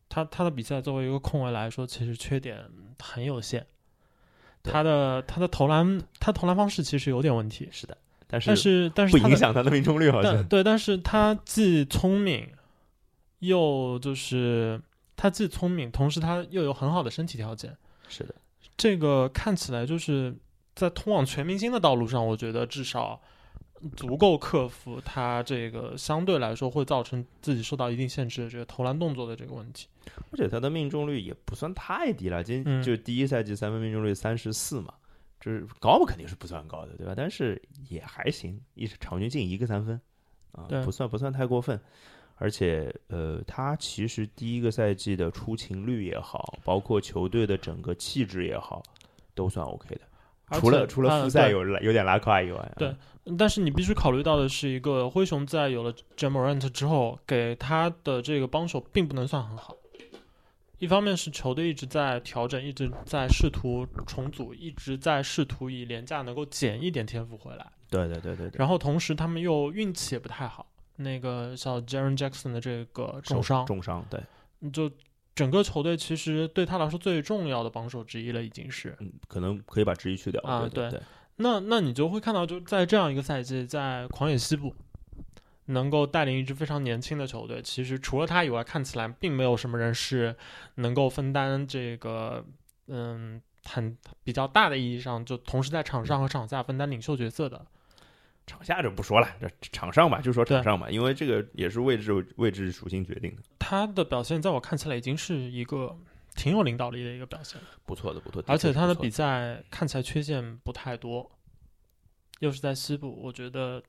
S2: 他他的比赛作为一个控卫来说，其实缺点很有限。
S1: 对
S2: 他的他的投篮，他投篮方式其实有点问题，
S1: 是的，但是
S2: 但是但是
S1: 不
S2: 他
S1: 影
S2: 的
S1: 响他的命中率，好像
S2: 但对，但是他既聪明，又就是他既聪明，同时他又有很好的身体条件。
S1: 是的。
S2: 这个看起来就是在通往全明星的道路上，我觉得至少足够克服他这个相对来说会造成自己受到一定限制的这个投篮动作的这个问题。
S1: 而且他的命中率也不算太低了，今
S2: 嗯
S1: 就第一赛季三分命中率三十四嘛，就是高嘛肯定是不算高的，对吧？但是也还行，一场均进一个三分啊，
S2: 对
S1: 不算不算太过分。而且呃，他其实第一个赛季的出勤率也好，包括球队的整个气质也好，都算 OK 的。
S2: 而
S1: 除了
S2: 且
S1: 除了复
S2: 嗯
S1: 赛
S2: 对
S1: 有、有点拉胯以外，啊
S2: 对但是你必须考虑到的是，一个灰熊在有了 Jamorant 之后，给他的这个帮手并不能算很好。一方面是球队一直在调整，一直在试图重组，一直在试图以廉价能够捡一点天赋回来。
S1: 对对对对对，
S2: 然后同时他们又运气也不太好，那个像 Jaren Jackson 的这个重伤，
S1: 重伤对，
S2: 就整个球队其实对他来说最重要的帮手之一了，已经是。
S1: 嗯，可能可以把之一去掉
S2: 啊
S1: 对对
S2: 对，那那你就会看到，就在这样一个赛季，在狂野西部能够带领一支非常年轻的球队，其实除了他以外，看起来并没有什么人是能够分担这个嗯很比较大的意义上，就同时在场上和场下分担领袖角色的。
S1: 场下就不说了，这场上吧，就说场
S2: 对
S1: 上吧，因为这个也是位置位置属性决定的。
S2: 他的表现在我看起来已经是一个挺有领导力的一个表现了，
S1: 不错的，不错的
S2: 而且他的
S1: 的
S2: 比赛看起来缺陷不太多，又是在西部，我觉得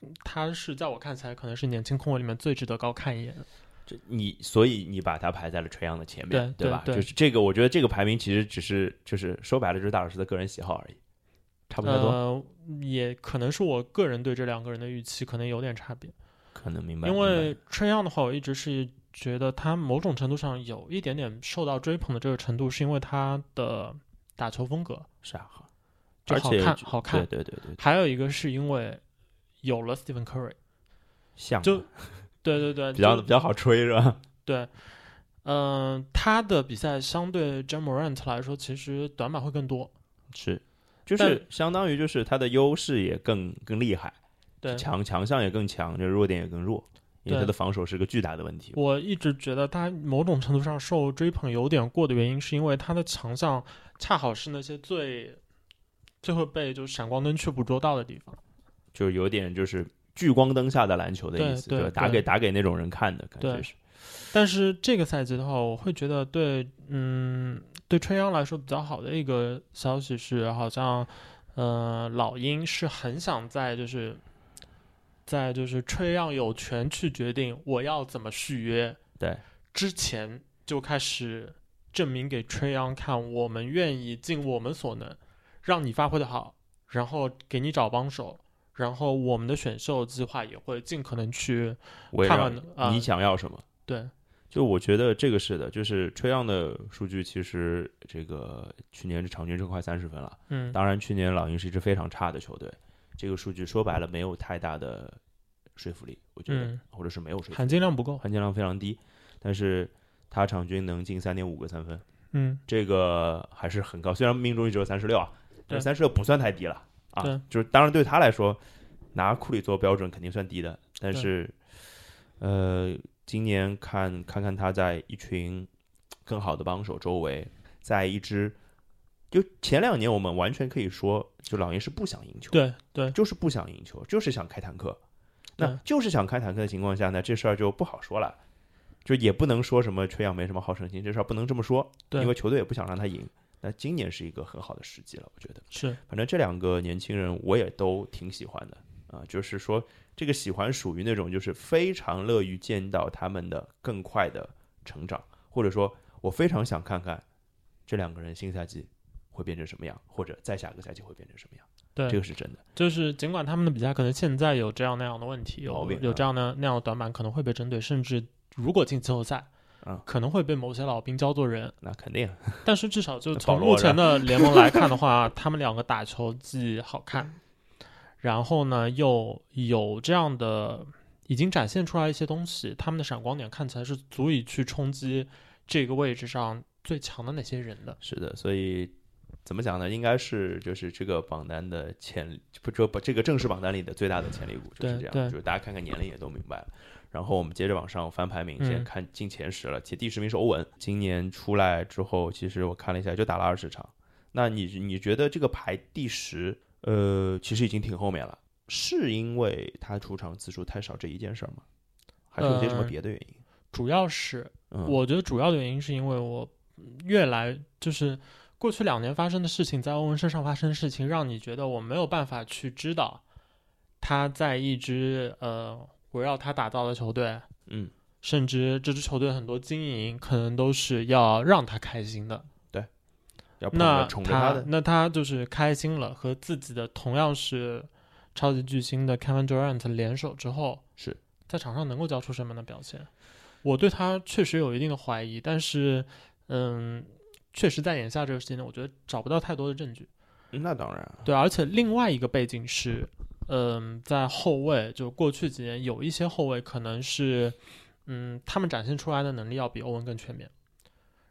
S2: 嗯他是在我看起来可能是年轻控卫里面最值得高看一眼的。
S1: 这你所以你把他排在了垂杨的前面，
S2: 对
S1: 吧？
S2: 对
S1: 就
S2: 对
S1: 是这个，我觉得这个排名其实只是就是说白了就是大老师的个人喜好而已，差不太多，
S2: 呃，也可能是我个人对这两个人的预期可能有点差别，
S1: 可能明白。
S2: 因
S1: 明白
S2: 为春样的话，我一直是觉得他某种程度上有一点点受到追捧的这个程度，是因为他的打球风格
S1: 是啊，好
S2: 就
S1: 而
S2: 好
S1: 且
S2: 看，好看。
S1: 对对对对，
S2: 还有一个是因为有了 Stephen Curry，
S1: 像
S2: 就对对对，
S1: 比较
S2: 就
S1: 比较好吹是吧？
S2: 对，嗯、他的比赛相对 j a m o r a n t 来说，其实短板会更多。
S1: 是，就是
S2: 但
S1: 相当于就是他的优势也更更厉害，
S2: 对，
S1: 强强项也更强，就是弱点也更弱，因为
S2: 对
S1: 他的防守是个巨大的问题。
S2: 我一直觉得他某种程度上受追捧有点过的原因，是因为他的强项恰好是那些最最会被就是闪光灯去捕捉到的地方。
S1: 就是有点就是聚光灯下的篮球的意思，
S2: 对对
S1: 吧？打
S2: 对
S1: 给打给那种人看的感觉
S2: 对
S1: 是，
S2: 但是这个赛季的话，我会觉得对，嗯，对吹阳来说比较好的一个消息是，好像，呃，老鹰是很想在就是，在就是吹让有权去决定我要怎么续约
S1: 对
S2: 之前就开始证明给吹阳看，我们愿意尽我们所能让你发挥的好，然后给你找帮手。然后我们的选秀计划也会尽可能去
S1: 围
S2: 看
S1: 绕
S2: 看啊、
S1: 你想要什么。
S2: 对
S1: 就我觉得这个是的，就是吹样的数据，其实这个去年场均是快三十分了。
S2: 嗯
S1: 当然，去年老鹰是一支非常差的球队，这个数据说白了没有太大的说服力，我觉得，
S2: 嗯
S1: 或者是没有说服力，
S2: 含金量不够。
S1: 含金量非常低。但是他场均能进三点五个三分，
S2: 嗯
S1: 这个还是很高，虽然命中率只有三十六啊，但
S2: 对
S1: 三十六不算太低了
S2: 对
S1: 啊。就是当然对他来说，拿库里做标准肯定算低的，但是，呃，今年看看看他在一群更好的帮手周围，在一支，就前两年我们完全可以说，就老鹰是不想赢球，，
S2: 对对
S1: 就是不想赢球，就是想开坦克。那
S2: 对
S1: 就是想开坦克的情况下呢，这事儿就不好说了，就也不能说什么缺氧没什么好胜心，这事儿不能这么说，
S2: 对，
S1: 因为球队也不想让他赢。那今年是一个很好的时机了，我觉得。
S2: 是
S1: 反正这两个年轻人我也都挺喜欢的啊、就是说这个喜欢属于那种就是非常乐于见到他们的更快的成长，或者说我非常想看看这两个人新赛季会变成什么样，或者再下个赛季会变成什么样，
S2: 对，
S1: 这个是真的。
S2: 就是尽管他们的比赛可能现在有这样那样的问题，
S1: 毛
S2: 有
S1: 病
S2: 有
S1: 啊
S2: 这样的那样的短板可能会被针对，甚至如果进季后赛。
S1: 嗯
S2: 可能会被某些老兵教做人，
S1: 那肯定
S2: 但是至少就
S1: 保
S2: 从
S1: 罗
S2: 目
S1: 是
S2: 前的联盟来看的话， 他们两个打球技好看，然后呢又有这样的已经展现出来一些东西，他们的闪光点看起来是足以去冲击这个位置上最强的那些人的。
S1: 是的，所以。怎么讲呢？应该是就是这个榜单的潜，不说不这个正式榜单里的最大的潜力股就是
S2: 对
S1: 这样，
S2: 对
S1: 就是大家看看年龄也都明白了。然后我们接着往上翻排名，
S2: 嗯
S1: 现在看进前十了，且第十名是欧文。今年出来之后，其实我看了一下，就打了二十场。那你你觉得这个排第十，呃，其实已经挺后面了，是因为他出场次数太少这一件事儿吗？还是有些什么
S2: 嗯
S1: 别的原因？
S2: 主要是
S1: 嗯，
S2: 我觉得主要的原因是因为我嗯越来就是过去两年发生的事情，在欧文身上发生的事情，让你觉得我没有办法去知道他在一支呃围绕他打造的球队，
S1: 嗯，
S2: 甚至这支球队很多经营可能都是要让他开心的。
S1: 要捧
S2: 那
S1: 着宠着他
S2: 他
S1: 的，
S2: 那他就是开心了，和自己的同样是超级巨星的 Kevin Durant 联手之后，
S1: 是
S2: 在场上能够交出什么样的表现？我对他确实有一定的怀疑，但是，嗯，确实在眼下这个时间内，我觉得找不到太多的证据。
S1: 那当然啊，
S2: 对，而且另外一个背景是，嗯，在后卫，就过去几年有一些后卫可能是，嗯，他们展现出来的能力要比欧文更全面，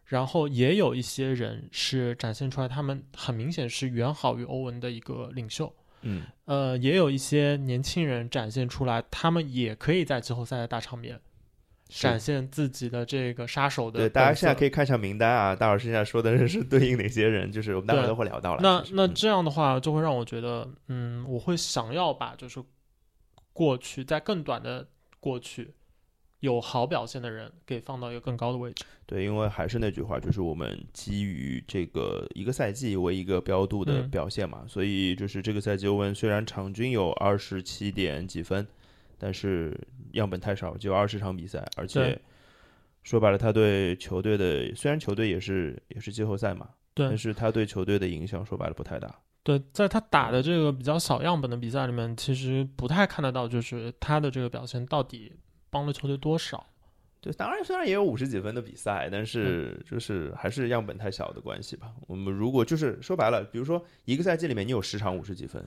S2: 然后也有一些人是展现出来他们很明显是远好于欧文的一个领袖，
S1: 嗯，
S2: 呃，也有一些年轻人展现出来，他们也可以在季后赛的大场面
S1: 是
S2: 展现自己的这个杀手的
S1: 对，
S2: 本色。
S1: 大家现在可
S2: 以。
S1: 以看一下名单啊，大老师现在说的人是对应哪些人，就是我们待会儿
S2: 对
S1: 都会聊到了。
S2: 那
S1: 其实
S2: 那
S1: 嗯
S2: 这样的话，就会让我觉得，嗯，我会想要把就是过去在更短的过去有好表现的人给放到一个更高的位置。
S1: 对，因为还是那句话，就是我们基于这个一个赛季为一个标度的
S2: 嗯
S1: 表现嘛，所以就是这个赛季欧文虽然场均有二十七点几分，但是样本太少，只有二十场比赛，而且
S2: 对
S1: 说白了，他对球队的虽然球队也是也是季后赛嘛，但
S2: 对
S1: 是他对球队的影响说白了不太大。
S2: 对，在他打
S1: 嗯
S2: 的这个比较小样本的比赛里面，其实不太看得到，就是他的这个表现到底帮了球队多少。
S1: 对，当然虽然也有五十几分的比赛，但是就是还是样本太小的关系吧。我们如果就是说白了，比如说一个赛季里面你有十场五十几分，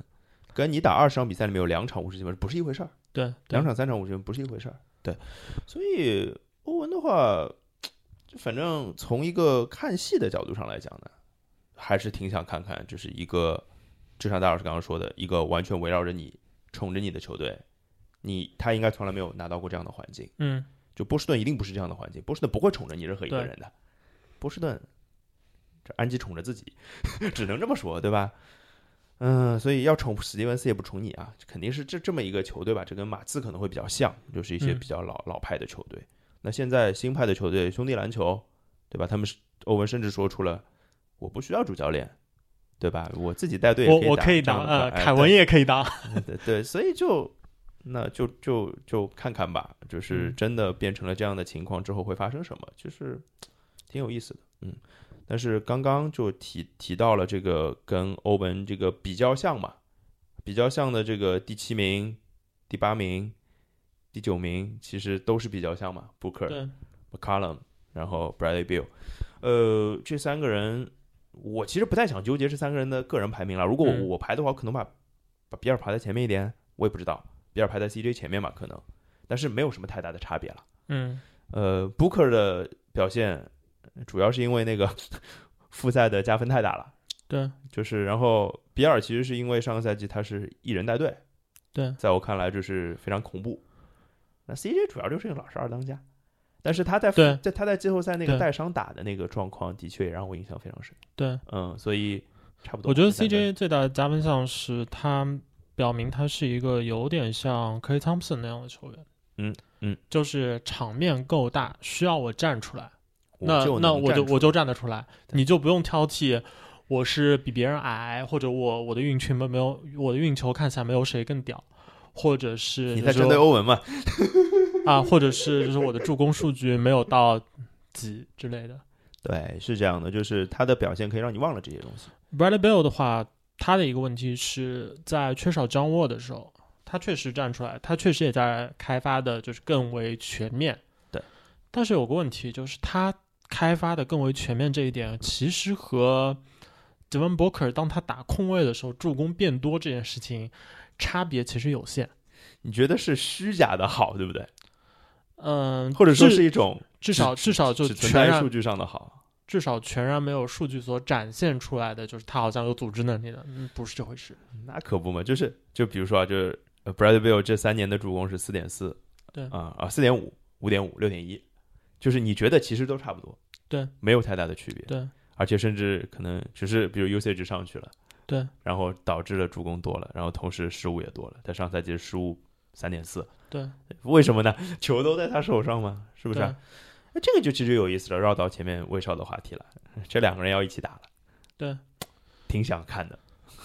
S1: 跟你打二十场比赛里面有两场五十几分不是一回事儿，
S2: 对，对
S1: 两场三场五十分不是一回事儿。对，所以欧文的话，就反正从一个看戏的角度上来讲呢，还是挺想看看，就是一个就像大老师刚刚说的，一个完全围绕着你、宠着你的球队，你他应该从来没有拿到过这样的环境。
S2: 嗯，
S1: 就波士顿一定不是这样的环境，波士顿不会宠着你任何一个
S2: 对
S1: 人的。波士顿，这安吉宠着自己， 只能这么说，对吧？嗯，所以要宠史蒂文斯也不宠你啊，肯定是这这么一个球队吧。这跟马刺可能会比较像，就是一些
S2: 嗯
S1: 比较老、老派的球队。那现在新派的球队，兄弟篮球，对吧？他们是欧文甚至说出了我不需要主教练，对吧？我自己带队
S2: 我
S1: 也
S2: 我
S1: 可
S2: 可
S1: 以
S2: 以
S1: 打
S2: 当，
S1: 这样的
S2: 呃，
S1: 快哎
S2: 凯文也可以当，
S1: 对对，所以就那就就就看看吧，就是
S2: 嗯
S1: 真的变成了这样的情况之后会发生什么，就是挺有意思的，嗯。但是刚刚就提提到了这个跟欧文这个比较像嘛，比较像的这个第七名、第八名、第九名，其实都是比较像嘛，Booker、
S2: 对，
S1: McCollum，然后 Bradley Bill，呃，这三个人，我其实不太想纠结这三个人的个人排名了。如果
S2: 嗯
S1: 我我排的话，我可能把把比尔排在前面一点，我也不知道，比尔排在 CJ 前面吧，可能，但是没有什么太大的差别了。
S2: 嗯，
S1: 呃，Booker 的表现主要是因为那个复赛的加分太大了，
S2: 对，
S1: 就是然后比尔其实是因为上个赛季他是一人带队，
S2: 对
S1: 在我看来就是非常恐怖。那 CJ 主要就是个老实二当家，但是他在
S2: 对
S1: 在他在季后赛那个
S2: 对
S1: 带伤打的那个状况，的确也让我印象非常深。
S2: 对，
S1: 嗯，所以差不多。
S2: 我觉得
S1: 三个
S2: CJ 最大的加分项是他表明他是一个有点像 K Thompson 那样的球员。
S1: 嗯嗯，
S2: 就是场面够大，需要我站出来，那
S1: 我就
S2: 那
S1: 能
S2: 我
S1: 站
S2: 就
S1: 出
S2: 我就站得出来，
S1: 对
S2: 你就不用挑剔。我是比别人矮，或者我我的运球没没有我的运球看起来没有谁更屌，或者是
S1: 你在
S2: 说
S1: 针对欧文嘛？
S2: 啊，或者是就是我的助攻数据没有到几之类的。
S1: 对，是这样的，就是他的表现可以让你忘了这些东西。
S2: Bradley Bill 的话，他的一个问题是在缺少 John Wall 的时候，他确实站出来，他确实也在开发的，就是更为全面。
S1: 对，
S2: 但是有个问题就是他开发的更为全面这一点，其实和 Devin Booker 当他打空位的时候助攻变多这件事情差别其实有限。
S1: 你觉得是虚假的好，对不对？
S2: 嗯，
S1: 或者说
S2: 至
S1: 是一种
S2: 至少至少就
S1: 只存
S2: 全
S1: 在于
S2: 然
S1: 数据上的好？
S2: 至少全然没有数据所展现出来的，就是他好像有组织能力的，嗯，不是这回事。
S1: 那可不嘛，就是就比如说啊，就是呃 Brad Bill 这三年的助攻是四点四，
S2: 对
S1: 啊啊四点五、五点五、六点一，就是你觉得其实都差不多，
S2: 对，
S1: 没有太大的区别，
S2: 对，
S1: 而且甚至可能只是比如 usage 上去了，
S2: 对，
S1: 然后导致了助攻多了，然后同时失误也多了，他上赛季失误三点四，
S2: 对，
S1: 为什么呢？球都在他手上嘛，是不是啊、
S2: 对
S1: 那这个就其实有意思了，绕到前面魏少的话题了，这两个人要一起打了，
S2: 对，
S1: 挺想看的，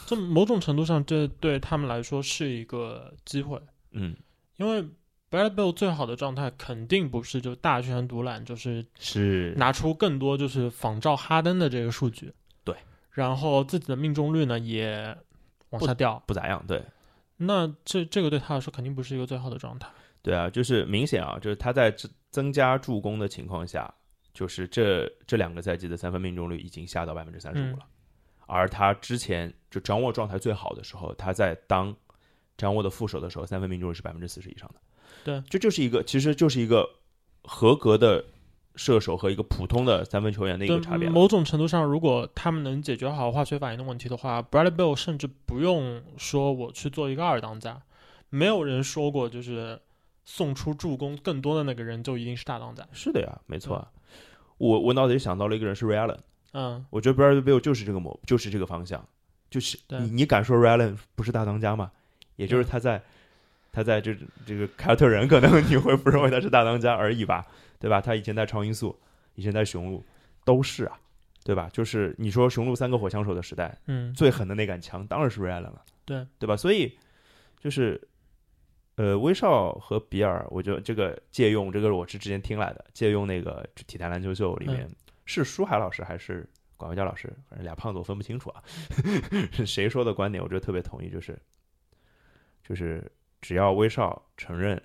S2: 这某种程度上，这对他们来说是一个机会，
S1: 嗯，
S2: 因为 Brad Bill 最好的状态肯定不是就大权独揽，就是
S1: 是
S2: 拿出更多就是仿照哈登的这个数据，
S1: 对，
S2: 然后自己的命中率呢也往下掉，
S1: 不咋样，对。
S2: 那这这个对他来说肯定不是一个最好的状态，
S1: 对啊，就是明显啊，就是他在增增加助攻的情况下，就是这这两个赛季的三分命中率已经下到百分之三十五
S2: 嗯
S1: 了，而他之前就掌握状态最好的时候，他在当掌握的副手的时候，三分命中率是百分之四十以上的。
S2: 对，
S1: 这就是一个其实就是一个合格的射手和一个普通的三分球员的一
S2: 对
S1: 个差别了。
S2: 某种程度上，如果他们能解决好化学反应的问题的话，Bradley Bill 甚至不用说我去做一个二当家，没有人说过就是送出助攻更多的那个人就一定是大当家。
S1: 是的呀，没错啊。我我脑子里想到了一个人是 Ray Allen，
S2: 嗯，
S1: 我觉得 Bradley Bill 就是这个模，就是这个方向，就是
S2: 对
S1: 你你敢说 Ryan 不是大当家吗？也就是他在他在这这个凯尔特人，可能你会不认为他是大当家而已吧，对吧？他以前在超音速，以前在雄鹿都是啊，对吧？就是你说雄鹿三个火枪手的时代，
S2: 嗯，
S1: 最狠的那杆枪当然是 Ryan 了，
S2: 对
S1: 对吧？所以就是呃，威少和比尔，我觉得这个借用这个我是之前听来的，借用那个《体坛篮球秀》里面、是舒海老师还是管维佳老师，反正俩胖子我分不清楚啊， 是谁说的观点，我觉得特别同意，就是就是只要威少承认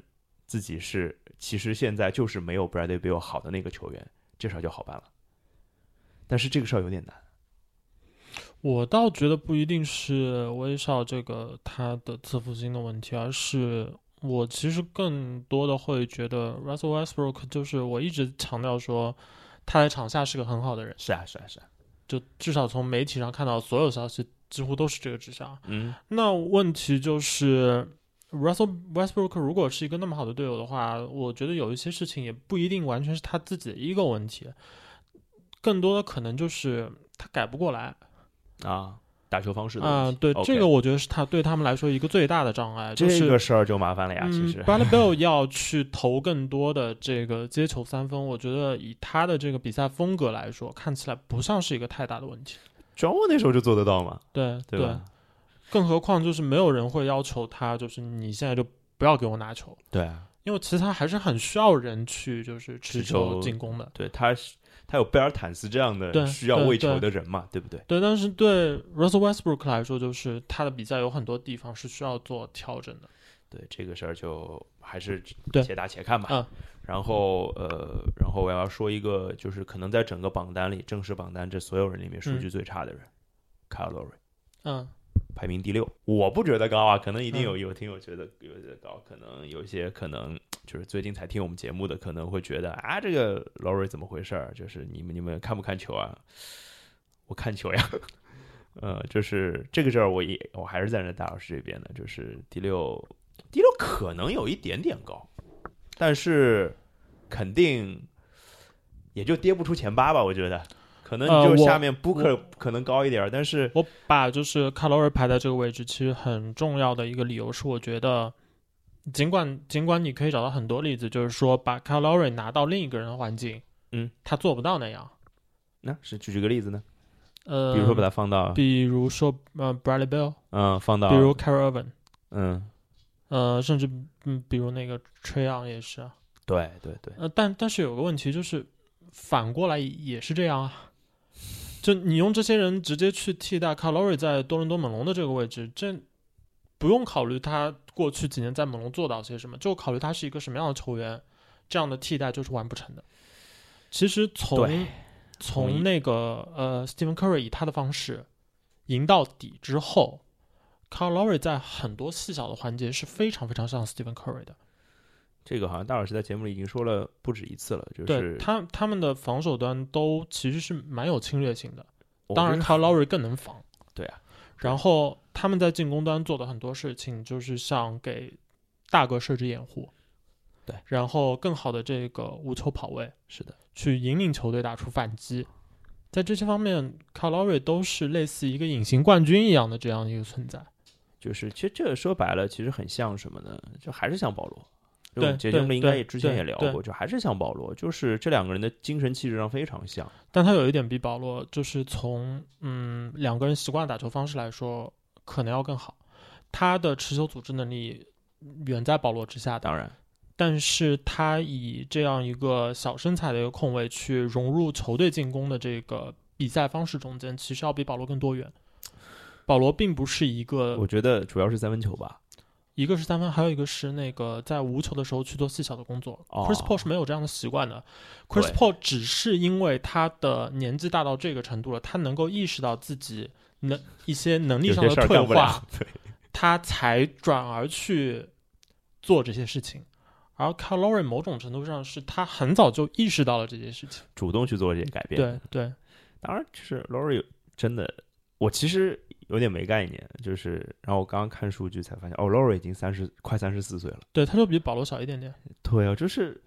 S1: 自己是其实现在就是没有 Bradley Beal 好的那个球员，这事儿就好办了。但是这个事儿有点难。
S2: 我倒觉得不一定是威少这个他的自负心的问题，而是我其实更多的会觉得 Russell Westbrook 就是我一直强调说他在场下是个很好的人，
S1: 是啊，是啊，是啊。
S2: 就至少从媒体上看到所有消息几乎都是这个指向。
S1: 嗯
S2: 那问题就是，Russell Westbrook 如果是一个那么好的队友的话，我觉得有一些事情也不一定完全是他自己的一个问题，更多的可能就是他改不过来。
S1: 啊，打球方式的
S2: 啊、
S1: 问题。
S2: 对
S1: OK
S2: 这个我觉得是他对他们来说一个最大的障碍，就
S1: 这
S2: 是
S1: 个事儿就麻烦了呀，其
S2: 嗯
S1: 实
S2: b r a d b e l 要去投更多的这个接球三分，我觉得以他的这个比赛风格来说，看起来不像是一个太大的问题。
S1: 庄沃那时候就做得到嘛，
S2: 对
S1: 对吧？
S2: 更何况就是没有人会要求他，就是你现在就不要给我拿球，
S1: 对啊，
S2: 因为其实他还是很需要人去就是持
S1: 持球
S2: 球进攻的。
S1: 对他是他有贝尔坦斯这样的
S2: 对
S1: 需要
S2: 对
S1: 喂球
S2: 对
S1: 的人嘛，对不对？
S2: 对，但是对 Russell Westbrook 来说，就是他的比赛有很多地方是需要做调整的。
S1: 对这个事儿就还是
S2: 对
S1: 且打且看吧。
S2: 嗯
S1: 然后呃，然后我要说一个，就是可能在整个榜单里，正式榜单这所有人里面数据最差的人，凯尔洛瑞
S2: 嗯，
S1: 排名第六。我不觉得高啊，可能一定
S2: 嗯
S1: 有有听友觉得有些高，可能有一些可能就是最近才听我们节目的，可能会觉得啊，这个洛瑞怎么回事儿？就是你们你们看不看球啊？我看球呀。 呃，就是这个事儿，我也我还是站在大老师这边的，就是第六，第六可能有一点点高，但是肯定也就跌不出前八吧，我觉得，可能
S2: 呃
S1: 你就
S2: 我
S1: 下面 Booker 可能高一点儿，但是
S2: 我把就是卡罗尔排在这个位置，其实很重要的一个理由是，我觉得。尽管尽管你可以找到很多例子，就是说把 c a l o r i 拿到另一个人的环境，
S1: 嗯，
S2: 他做不到那样。
S1: 那是举举个例子呢，
S2: 呃，
S1: 比如说把它放到
S2: 比如说呃，Bradley Bell，
S1: 嗯，放到
S2: 比如 c a r o l i n
S1: 嗯，
S2: 呃，甚至嗯，比如那个 Trey Young 也是啊，
S1: 对对对，
S2: 呃，但但是有个问题就是，反过来也是这样啊，就你用这些人直接去替代 c a l o r i 在多伦多猛龙的这个位置，这不用考虑他过去几年在猛龙做到些什么，就考虑他是一个什么样的球员，这样的替代就是完不成的。其实从
S1: 对同意
S2: 从那个呃，Stephen Curry 以他的方式赢到底之后 c a r l o r i 在很多细小的环节是非常非常像 Stephen Curry 的。
S1: 这个好像大老师在节目里已经说了不止一次了，就
S2: 对
S1: 是
S2: 他他们的防守端都其实是蛮有侵略性的，
S1: 我
S2: 当
S1: 觉
S2: 然
S1: 得
S2: c a r l o r i 更能防。
S1: 对啊，
S2: 然后他们在进攻端做的很多事情，就是像给大个设置掩护，
S1: 对，
S2: 然后更好的这个无球跑位，
S1: 是的，
S2: 去引领球队打出反击。在这些方面 c a r l o r i 都是类似一个隐形冠军一样的这样一个存在。
S1: 就是其实这个说白了，其实很像什么呢？就还是像保罗。就
S2: 对
S1: 我们节
S2: 对
S1: 目里应该
S2: 对
S1: 也之前
S2: 对
S1: 也聊
S2: 对
S1: 过，就还是像保罗，就是这两个人的精神气质上非常像。
S2: 但他有一点比保罗，就是从嗯两个人习惯的打球方式来说，可能要更好。他的持球组织能力远在保罗之下的，
S1: 当然，
S2: 但是他以这样一个小身材的一个控卫去融入球队进攻的这个比赛方式中间，其实要比保罗更多元。保罗并不是一个
S1: 我，觉得主要是三分球吧。
S2: 一个是三分，还有一个是那个在无球的时候去做细小的工作。
S1: 哦
S2: Chris Paul 是没有这样的习惯的。
S1: 对
S2: Chris Paul 只是因为他的年纪大到这个程度了，他能够意识到自己能一些能力
S1: 有
S2: 上
S1: 些
S2: 的
S1: 事儿
S2: 退
S1: 干不
S2: 化
S1: 了，，对，
S2: 他才转而去做这些事情。而 c a l o r i 某种程度上是他很早就意识到了这些事情。
S1: 主动去做这些改变。
S2: 对对，
S1: 当然，就是 Lori 真的，我其实有点没概念，就是然后我刚刚看数据才发现，哦，Lori 已经三十快三十四岁了。
S2: 对，他就比保罗小一点点。
S1: 对啊，就是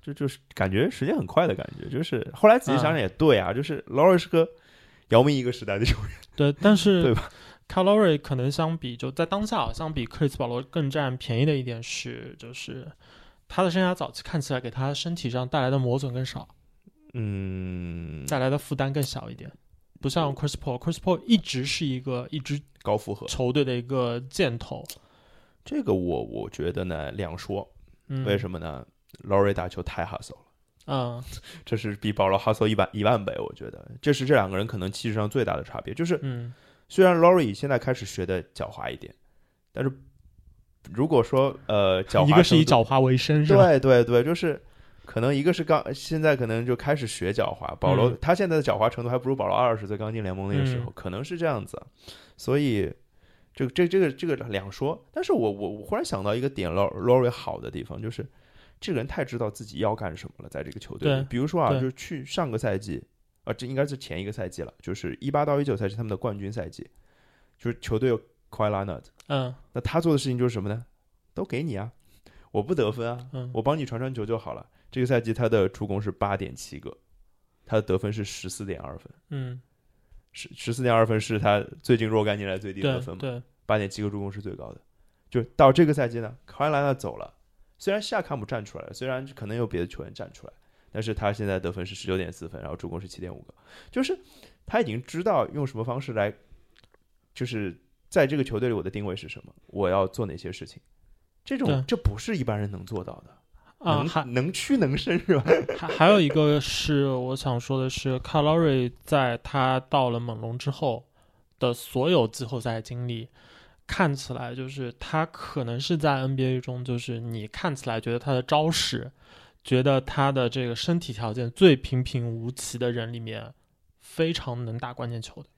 S1: 就就是感觉时间很快的感觉，就是后来仔细想想也对啊，就是 Lori 是个姚明一个时代的球员，
S2: 对，但是
S1: 对
S2: c a l o r i 可能相比就在当下，啊相比克里斯保罗更占便宜的一点是，就是他的生涯早期看起来给他身体上带来的磨损更少，
S1: 嗯，
S2: 带来的负担更小一点。不像 Chris Paul，Chris Paul 一直是一个一支
S1: 高负荷，
S2: 球队的一个箭头。
S1: 这个我我觉得呢两说，
S2: 嗯，
S1: 为
S2: 么？
S1: 什么呢？Lori 打球太 hustle 了。
S2: 嗯
S1: 这是比保罗 hustle 一百一万倍，我觉得这是这两个人可能气质上最大的差别。就是
S2: 嗯
S1: 虽然 Lori 现在开始学的狡猾一点，但是如果说呃 狡猾
S2: 一个是以
S1: 程度
S2: 狡猾为生，是吧？
S1: 对对对，就是可能一个是刚现在可能就开始学狡猾，保罗、
S2: 嗯
S1: 他现在的狡猾程度还不如保罗二十岁刚进联盟那个时候，可能是这样子，所以。这个这这个这个两说，但是我我我忽然想到一个点 l o r r y 好的地方就是，这个人太知道自己要干什么了，在这个球队里。
S2: 对
S1: 比如说啊，
S2: 对
S1: 就是去上个赛季，啊，这应该是前一个赛季了，就是一八到一九赛季他们的冠军赛季，就是球队有 k a w i l e n a r d
S2: 嗯
S1: 那他做的事情就是什么呢？都给你啊，我不得分啊，
S2: 嗯，
S1: 我帮你传传球就好了。这个赛季他的助攻是八点七个，他的得分是十四点二分，
S2: 嗯，
S1: 十十四点二分是他最近若干年来最低
S2: 对
S1: 得分嘛，
S2: 对，
S1: 八点七个助攻是最高的。就到这个赛季呢，卡莱纳走了，虽然夏卡姆站出来了，虽然可能有别的球员站出来，但是他现在得分是十九点四分，然后助攻是七点五个，就是他已经知道用什么方式来，就是在这个球队里我的定位是什么，我要做哪些事情，这种
S2: 对
S1: 这不是一般人能做到的。
S2: 啊，
S1: 能
S2: 还
S1: 能屈能伸是吧？
S2: 还还有一个是我想说的是，卡劳瑞在他到了猛龙之后的所有季后赛经历，看起来就是他可能是在 NBA 中，就是你看起来觉得他的招式，觉得他的这个身体条件最平平无奇的人里面，非常能打关键球的。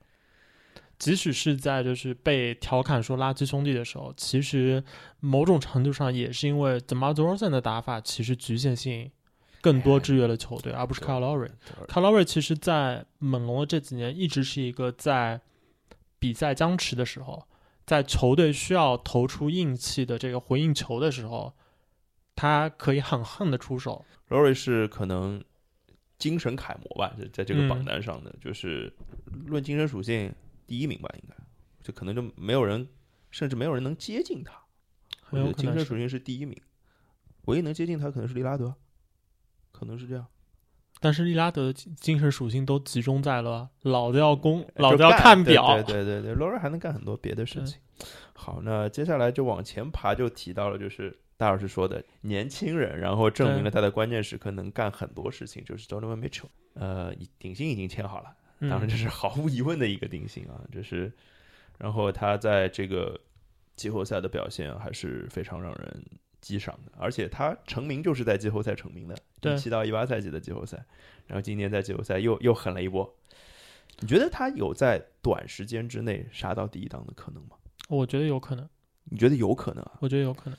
S2: 即使是在就是被调侃说垃圾兄弟的时候，其实某种程度上也是因为 d e m a r d r o s e n 的打法其实局限性更多制约了球哦队，而不是 c a r l o r y 卡劳瑞其实，在猛龙的这几年一直是一个在比赛僵持的时候，在球队需要投出硬气的这个回应球的时候，他可以很横的出手。
S1: Rory 是可能精神楷模吧，在在这个
S2: 嗯
S1: 榜单上的，就是论精神属性第一名吧，应该就可能就没有人，甚至没有人能接近他。我
S2: 很
S1: 觉
S2: 有
S1: 得
S2: 可
S1: 精
S2: 能
S1: 神
S2: 是
S1: 属性是第一名，唯一能接近他可能是利拉德，可能是这样。
S2: 但是利拉德的精神属性都集中在了老子要攻，
S1: 就
S2: 老子要
S1: 干
S2: 看表。
S1: 对对对对 l a u r 还能干很多别的事情。好，那接下来就往前爬，就提到了就是大老师说的年轻人，然后证明了他在关键时刻能干很多事情，就是 Donovan Mitchell。呃，顶薪已经签好了，
S2: 嗯
S1: 当然这是毫无疑问的一个定性啊，就是，然后他在这个季后赛的表现还是非常让人激赏的，而且他成名就是在季后赛成名的，
S2: 对
S1: 一七到一八赛季的季后赛，然后今年在季后赛又又狠了一波，你觉得他有在短时间之内杀到第一档的可能吗？
S2: 我觉得有可能。
S1: 你觉得有可能啊？
S2: 我觉得有可能，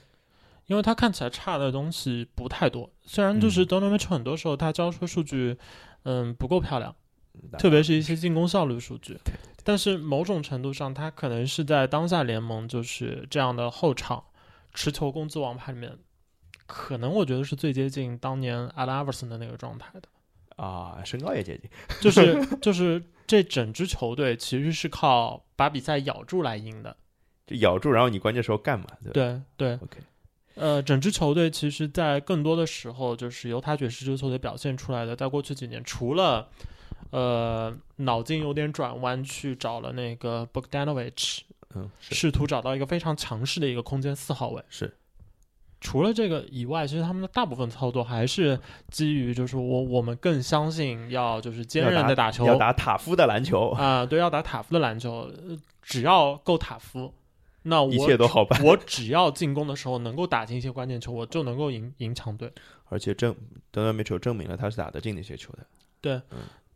S2: 因为他看起来差的东西不太多。虽然就是
S1: 嗯
S2: Donovan Mitchell 很多时候他交出的数据，嗯，不够漂亮，
S1: 那
S2: 特别是一些进攻效率数据
S1: 嗯对。
S2: 但是某种程度上，他可能是在当下联盟就是这样的后场持球攻之王牌里面，可能我觉得是最接近当年 a l a v e r s o n 的那个状态的。
S1: 啊，身高也接近，
S2: 就是就是这整支球队其实是靠把比赛咬住来赢的。
S1: 就咬住，然后你关键时候干嘛？对吧
S2: 对对
S1: OK
S2: 呃，整支球队其实，在更多的时候，就是犹他爵士这支球队表现出来的，在过去几年，除了呃脑筋有点转弯去找了那个 Bogdanovich，
S1: 嗯，是
S2: 试图找到一个非常强势的一个空间四号位，
S1: 是，
S2: 除了这个以外，其实他们的大部分操作还是基于就是我我们更相信要就是坚韧的打球，
S1: 要打塔夫的篮球，
S2: 啊、对，要打塔夫的篮球，呃只要够塔夫，那我
S1: 一切都好 办。
S2: 我只要进攻的时候能够打进一些关键球，我就能够赢赢强队。
S1: 而且证 Donovan Mitchell 证明了他是打得进那些球的。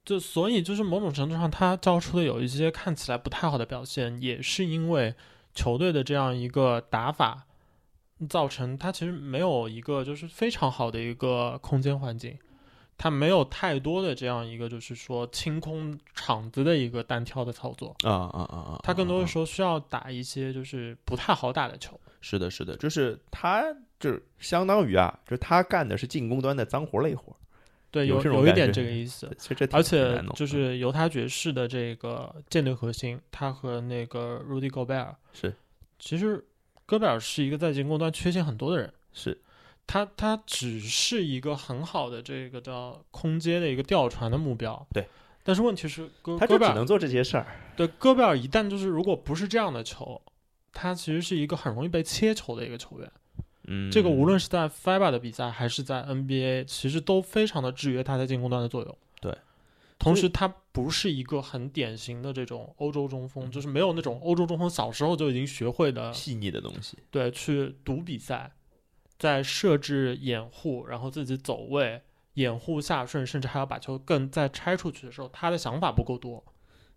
S2: 就所以就是某种程度上，他交出的有一些看起来不太好的表现，也是因为球队的这样一个打法造成他其实没有一个就是非常好的一个空间环境，他没有太多的这样一个就是说清空场子的一个单挑的操作，
S1: 啊啊啊啊！
S2: 他更多的
S1: 是
S2: 时候需要打一些就是不太好打的球。
S1: 是的，是的，就是他就是相当于啊，就是他干的是进攻端的脏活累活，
S2: 对，
S1: 有
S2: 有
S1: 这种
S2: 一
S1: 感
S2: 点
S1: 觉
S2: 这个意思。
S1: 其实这挺
S2: 而
S1: 挺
S2: 且
S1: 难弄
S2: 就
S1: 的嗯
S2: 是犹他爵士的这个舰队核心，他和那个 Rudy Gobert，
S1: 是
S2: 其实戈贝尔是一个在进攻端缺陷很多的人，
S1: 是
S2: 他他只是一个很好的这个叫空接的一个吊传的目标。
S1: 对，
S2: 但是问题是戈
S1: 他
S2: 戈
S1: 就
S2: 贝
S1: 只
S2: 尔
S1: 能做这些事儿。
S2: 对戈贝尔一旦就是如果不是这样的球，他其实是一个很容易被切球的一个球员。
S1: 嗯，
S2: 这个无论是在 FIBA 的比赛还是在 NBA，其实都非常的制约他在进攻端的作用。
S1: 对，
S2: 同时他不是一个很典型的这种欧洲中
S1: 嗯
S2: 锋，就是没有那种欧洲中锋小时候就已经学会的，
S1: 细腻的东西，
S2: 对，去读比赛，在设置掩护，然后自己走位、掩护下顺，甚至还要把球更再拆出去的时候，他的想法不够
S1: 哦
S2: 多。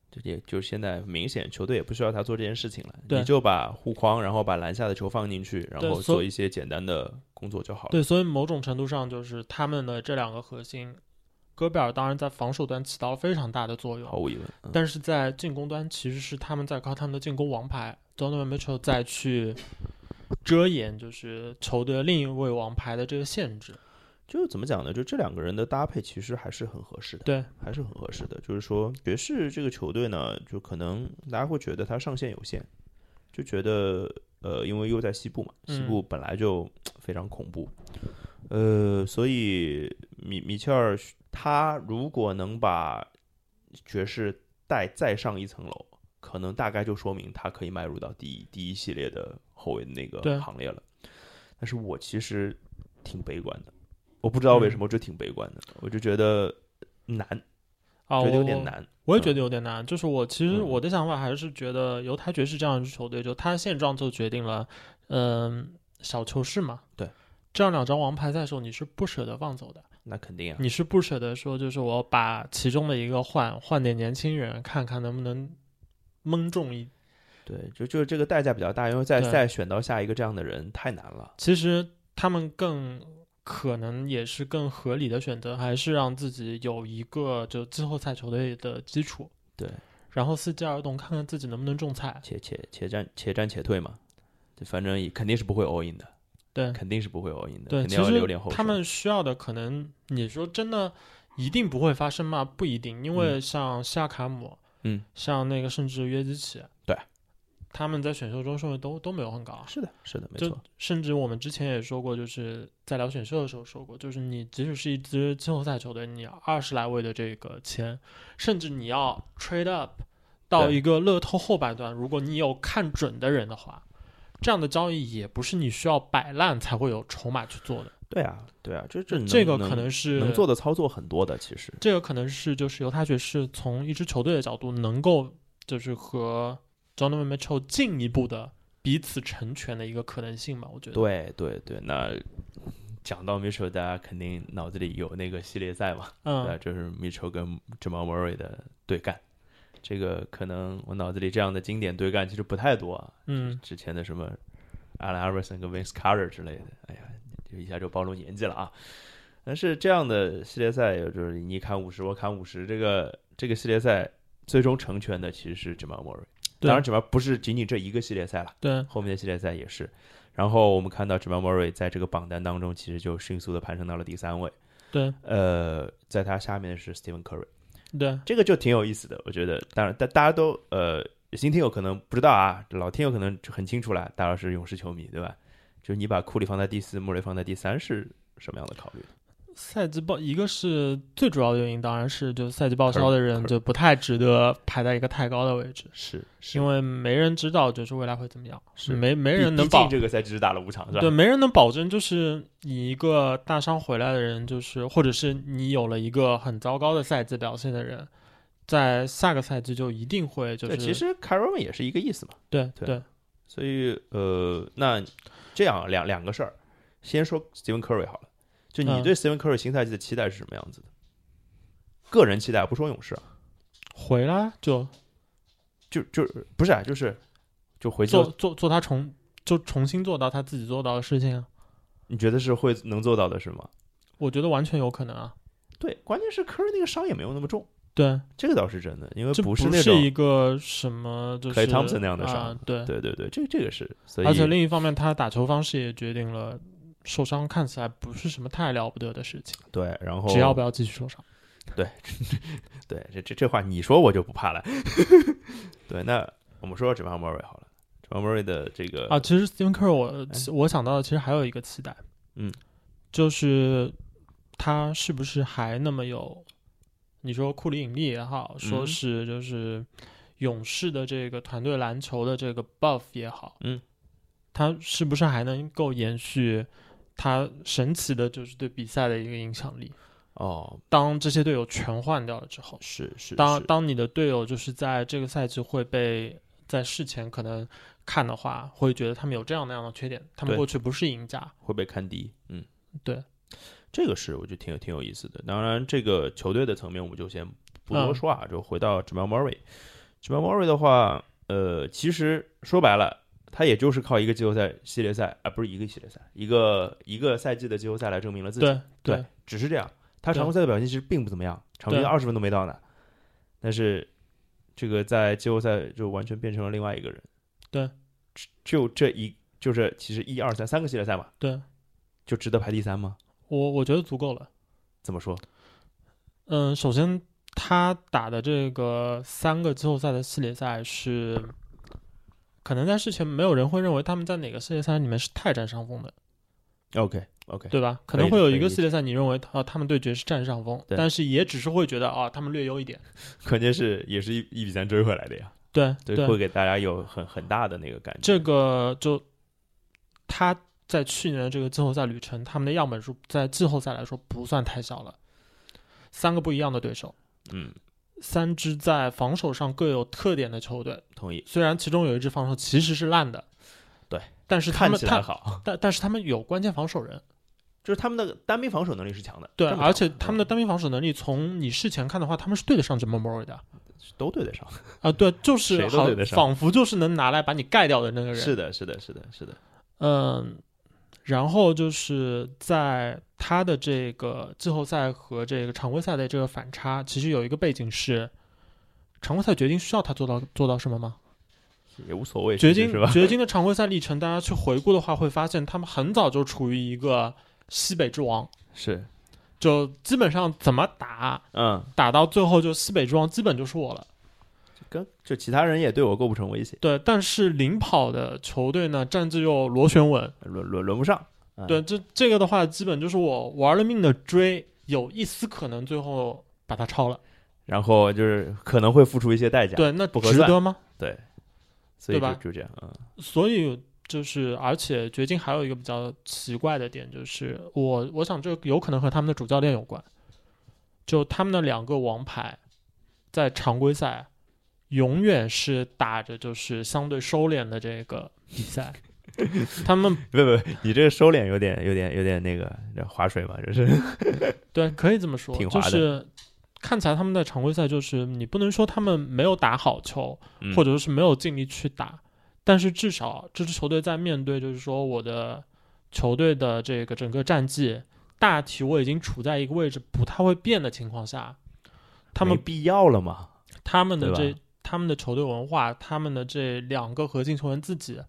S1: 就也就是现在明显球队也不需要他做这件事情了，
S2: 对
S1: 你就把护框，然后把篮下的球放进去，然
S2: 对
S1: 后
S2: 所
S1: 做一些简单的工作就好了。
S2: 对，所以某种程度上就是他们的这两个核心，戈贝尔当然在防守端起到了非常大的作用
S1: 毫，无疑问，嗯
S2: 但是在进攻端其实是他们在靠他们的进攻王牌 Donovan Mitchell 再去遮掩，就是球队另一位王牌的这个限制。
S1: 就怎么讲呢？就这两个人的搭配其实还是很合适的，
S2: 对，
S1: 还是很合适的。就是说，爵士这个球队呢，就可能大家会觉得它上限有限，就觉得呃，因为又在西部嘛，
S2: 嗯
S1: 西部本来就嘖非常恐怖，呃，所以米米切尔他如果能把爵士带再上一层楼，可能大概就说明他可以迈入到第一第一系列的后卫的那
S2: 对
S1: 个行列了。但是我其实挺悲观的，我不知道
S2: 嗯
S1: 为什么，我就挺悲观的，我就觉得难，
S2: 啊，
S1: 觉
S2: 我
S1: 得有点难。
S2: 我也觉得有点难。就是我其实
S1: 嗯
S2: 我的想法还是觉得犹他爵士这样一支球队，就他现状就决定了，嗯、小球市嘛。
S1: 对，
S2: 这样两张王牌在手，你是不舍得放走的，
S1: 那肯定啊，
S2: 你是不舍得说，就是我把其中的一个换换点年轻人，看看能不能蒙中一
S1: 对，就就是这个代价比较大，因为再
S2: 对
S1: 再选到下一个这样的人太难了。
S2: 其实他们更可能也是更合理的选择，还是让自己有一个就季后赛球队的基础。
S1: 对，
S2: 然后伺机而动，看看自己能不能种菜。
S1: 且且且战且战且退嘛，就反正也肯定是不会 all in 的，
S2: 对
S1: 肯定是不会 all in 的，
S2: 对，
S1: 肯
S2: 其
S1: 定要留点
S2: 实
S1: 后手。
S2: 他们需要的可能，你说真的一定不会发生吗？不一定，因为像西亚卡姆，
S1: 嗯，
S2: 像那个甚至约基奇，
S1: 对，
S2: 他们在选秀中顺位都都没有很高。啊
S1: 是的，是的，没
S2: 就
S1: 错，
S2: 甚至我们之前也说过，就是在聊选秀的时候说过，就是你即使是一支季后赛球队，你二十来位的这个签，甚至你要 trade up 到
S1: 对
S2: 一个乐透后半段，如果你有看准的人的话，这样的交易也不是你需要摆烂才会有筹码去做的。
S1: 对啊，对啊，这这
S2: 这个
S1: 能
S2: 可能是
S1: 能做的操作很多的，其实
S2: 这个可能是就是犹他爵士从一支球队的角度能够就是和 Donovan Mitchell 进一步的彼此成全的一个可能性吧，我觉得。
S1: 对对对，那。讲到 Mitchell，大家肯定脑子里有那个系列赛嘛，对啊，
S2: 嗯，
S1: 就是 Mitchell 跟 Jamal Murray 的对干，这个可能我脑子里这样的经典对干其实不太多啊，
S2: 嗯，
S1: 之前的什么 Allen Iverson 跟 Vince Carter 之类的，哎呀，就一下就暴露年纪了啊。但是这样的系列赛，就是你砍五十，我砍五十，这个这个系列赛最终成全的其实是 Jamal Murray。
S2: 对
S1: 当然，Jamal 不是仅仅这一个系列赛了，
S2: 对，
S1: 后面的系列赛也是。然后我们看到 Jamal Murray 在这个榜单当中，其实就迅速的攀升到了第三位。
S2: 对
S1: 呃，在他下面的是 Stephen Curry。
S2: 对
S1: 这个就挺有意思的，我觉得。当然，大大家都呃，新听友可能不知道啊，老听友可能就很清楚了。大老师勇士球迷对吧？就是你把库里放在第四，穆雷放在第三是什么样的考虑？
S2: 赛季报一个是最主要的原因，当然是就赛季报
S1: 可
S2: 销
S1: 是
S2: 的人
S1: 可是
S2: 就不太值得排在一个太高的位置，
S1: 是是
S2: 因为没人知道就是未来会怎么样，
S1: 是
S2: 没没
S1: 毕
S2: 人能
S1: 毕竟
S2: 保
S1: 这个赛季只打了五场是吧？
S2: 对，没人能保证，就是你一个大伤回来的人，就是或者是你有了一个很糟糕的赛季表现的人，在下个赛季就一定会就是
S1: 其实 c a r o n 也是一个意思嘛。
S2: 对
S1: 对所以呃，那这样两两个事儿，先说 Stephen Curry 好了。就你
S2: 嗯
S1: 对 Stephen Curry 新赛季的期待是什么样子的？个人期待，不说勇士啊，
S2: 回来就
S1: 就就不是啊，就是就回
S2: 做
S1: 去，
S2: 做做他重就重新做到他自己做到的事情啊，
S1: 你觉得是会能做到的是吗？
S2: 我觉得完全有可能啊，
S1: 对，关键是科瑞那个伤也没有那么重，
S2: 对，
S1: 这个倒是真的，因为
S2: 这不
S1: 呃是那种
S2: 一个什么就是
S1: Klay Thompson 那样的伤
S2: 啊对，
S1: 对对对，这这个是，所以
S2: 而且另一方面，他打球方式也决定了受伤看起来不是什么太了不得的事情，
S1: 对，然后
S2: 只要不要继续受伤。
S1: 对这这这话你说我就不怕了， 对，那我们说指望莫瑞好了，指望莫瑞的这个
S2: 啊，其实 Stephen Curry 我我想到的其实还有一个期待，
S1: 哎嗯，
S2: 就是他是不是还那么有，你说库里引力也好，说
S1: 嗯
S2: 是就是勇士的这个团队篮球的这个 buff 也好，
S1: 嗯，
S2: 他是不是还能够延续他神奇的，就是对比赛的一个影响力？
S1: 哦，
S2: 当这些队友全换掉了之后，
S1: 是是
S2: 当
S1: 是
S2: 当你的队友就是在这个赛季会被在事前可能看的话，会觉得他们有这样那样的缺点，他们
S1: 对
S2: 过去不是赢家，
S1: 会被看低，嗯，
S2: 对，
S1: 这个是我觉得挺有挺有意思的。当然，这个球队的层面我们就先不多
S2: 嗯
S1: 说啊，就回到 Jamal Murray。Jamal Murray 的话，呃，其实说白了，他也就是靠一个季后赛系列赛啊，不是一个系列赛，一个一个赛季的季后赛来证明了自己。
S2: 对
S1: 对，只是这样。他常规赛的表现其实并不怎么样，常规赛
S2: 对
S1: 二十分都没到呢。但是这个在季后赛就完全变成了另外一个人。
S2: 对
S1: 只，就这一就是其实一二三三个系列赛嘛，
S2: 对
S1: 就值得排第三吗？
S2: 我我觉得足够了。
S1: 怎么说？
S2: 嗯，首先他打的这个三个季后赛的系列赛是，可能在事前没有人会认为他们在哪个系列赛里面是太占上风的，
S1: OK OK，
S2: 对吧？可
S1: 可以
S2: 能会有
S1: 可以
S2: 一个
S1: 理
S2: 系列赛你认为啊他们对决是占上风，
S1: 对
S2: 但是也只是会觉得啊他们略优一点，
S1: 关键是也是一一比三追回来的呀，
S2: 对
S1: 对，会给大家有很很大的那个感觉。
S2: 这个就他在去年的这个季后赛旅程，他们的样本数在季后赛来说不算太小了，三个不一样的对手，
S1: 嗯，
S2: 三支在防守上各有特点的球队，
S1: 同意，
S2: 虽然其中有一支防守其实是烂的，
S1: 对，
S2: 但是他
S1: 看
S2: 们
S1: 起来
S2: 他
S1: 好，
S2: 但但是他们有关键防守人，
S1: 就是他们的单兵防守能力是强的，
S2: 对，
S1: 这么
S2: 而
S1: 强
S2: 且他们的单兵防守能力，从你事前看的话，他们是对得上 Jamal Murray 的啊、啊
S1: 都对得上。
S2: 对，就
S1: 谁
S2: 是
S1: 都
S2: 好
S1: 对得，上
S2: 仿佛就是能拿来把你盖掉的那个人，
S1: 是的，是的，是的，是的，
S2: 嗯，然后就是在他的这个季后赛和这个常规赛的这个反差，其实有一个背景是，常规赛掘金需要他做到做到什么吗？
S1: 也无所谓，
S2: 掘
S1: 其
S2: 金
S1: 实是吧？
S2: 掘金的常规赛历程，大家去回顾的话，会发现他们很早就处于一个西北之王，
S1: 是，
S2: 就基本上怎么打
S1: 嗯，
S2: 打到最后，就西北之王基本就是我了。
S1: 跟就其他人也对我构不成威胁，
S2: 对，但是领跑的球队呢，战绩又螺旋稳，
S1: 轮轮轮不上。嗯
S2: 对，这这个的话，基本就是我玩了命的追，有一丝可能最后把它超了。
S1: 然后就是可能会付出一些代价，
S2: 对，那
S1: 不合
S2: 值
S1: 算
S2: 得吗？
S1: 所以就
S2: 对吧
S1: 就这样，嗯，
S2: 所以就是，而且掘金还有一个比较奇怪的点，就是我我想这个有可能和他们的主教练有关，就他们的两个王牌在常规赛永远是打着就是相对收敛的这个比赛，他们
S1: 不不，你这个收敛有点有点有点那个这划水嘛，就是
S2: 对，可以这么说，
S1: 挺
S2: 就
S1: 滑的
S2: 是看起来他们在常规赛，就是你不能说他们没有打好球，或
S1: 者
S2: 者说是没有尽力去打，但是至少这支球队在面对就是说我的球队的这个整个战绩大体我已经处在一个位置不太会变的情况下，他们
S1: 必要了嘛，
S2: 他们的
S1: 对
S2: 这
S1: 吧
S2: 他们的球队文化，他们的这两个核心球员自己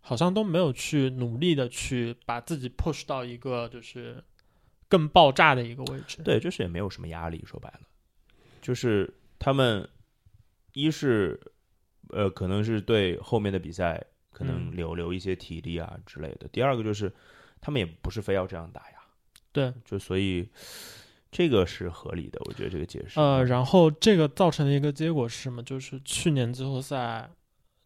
S2: 好像都没有去努力的去把自己 push 到一个就是更爆炸的一个位置。
S1: 对，就是也没有什么压力，说白了，就是他们一是呃，可能是对后面的比赛可能
S2: 嗯
S1: 留、留一些体力啊之类的。第二个就是他们也不是非要这样打呀，
S2: 对，
S1: 就所以这个是合理的，我觉得这个解释。嗯
S2: 呃，然后这个造成的一个结果是什么？就是去年季后赛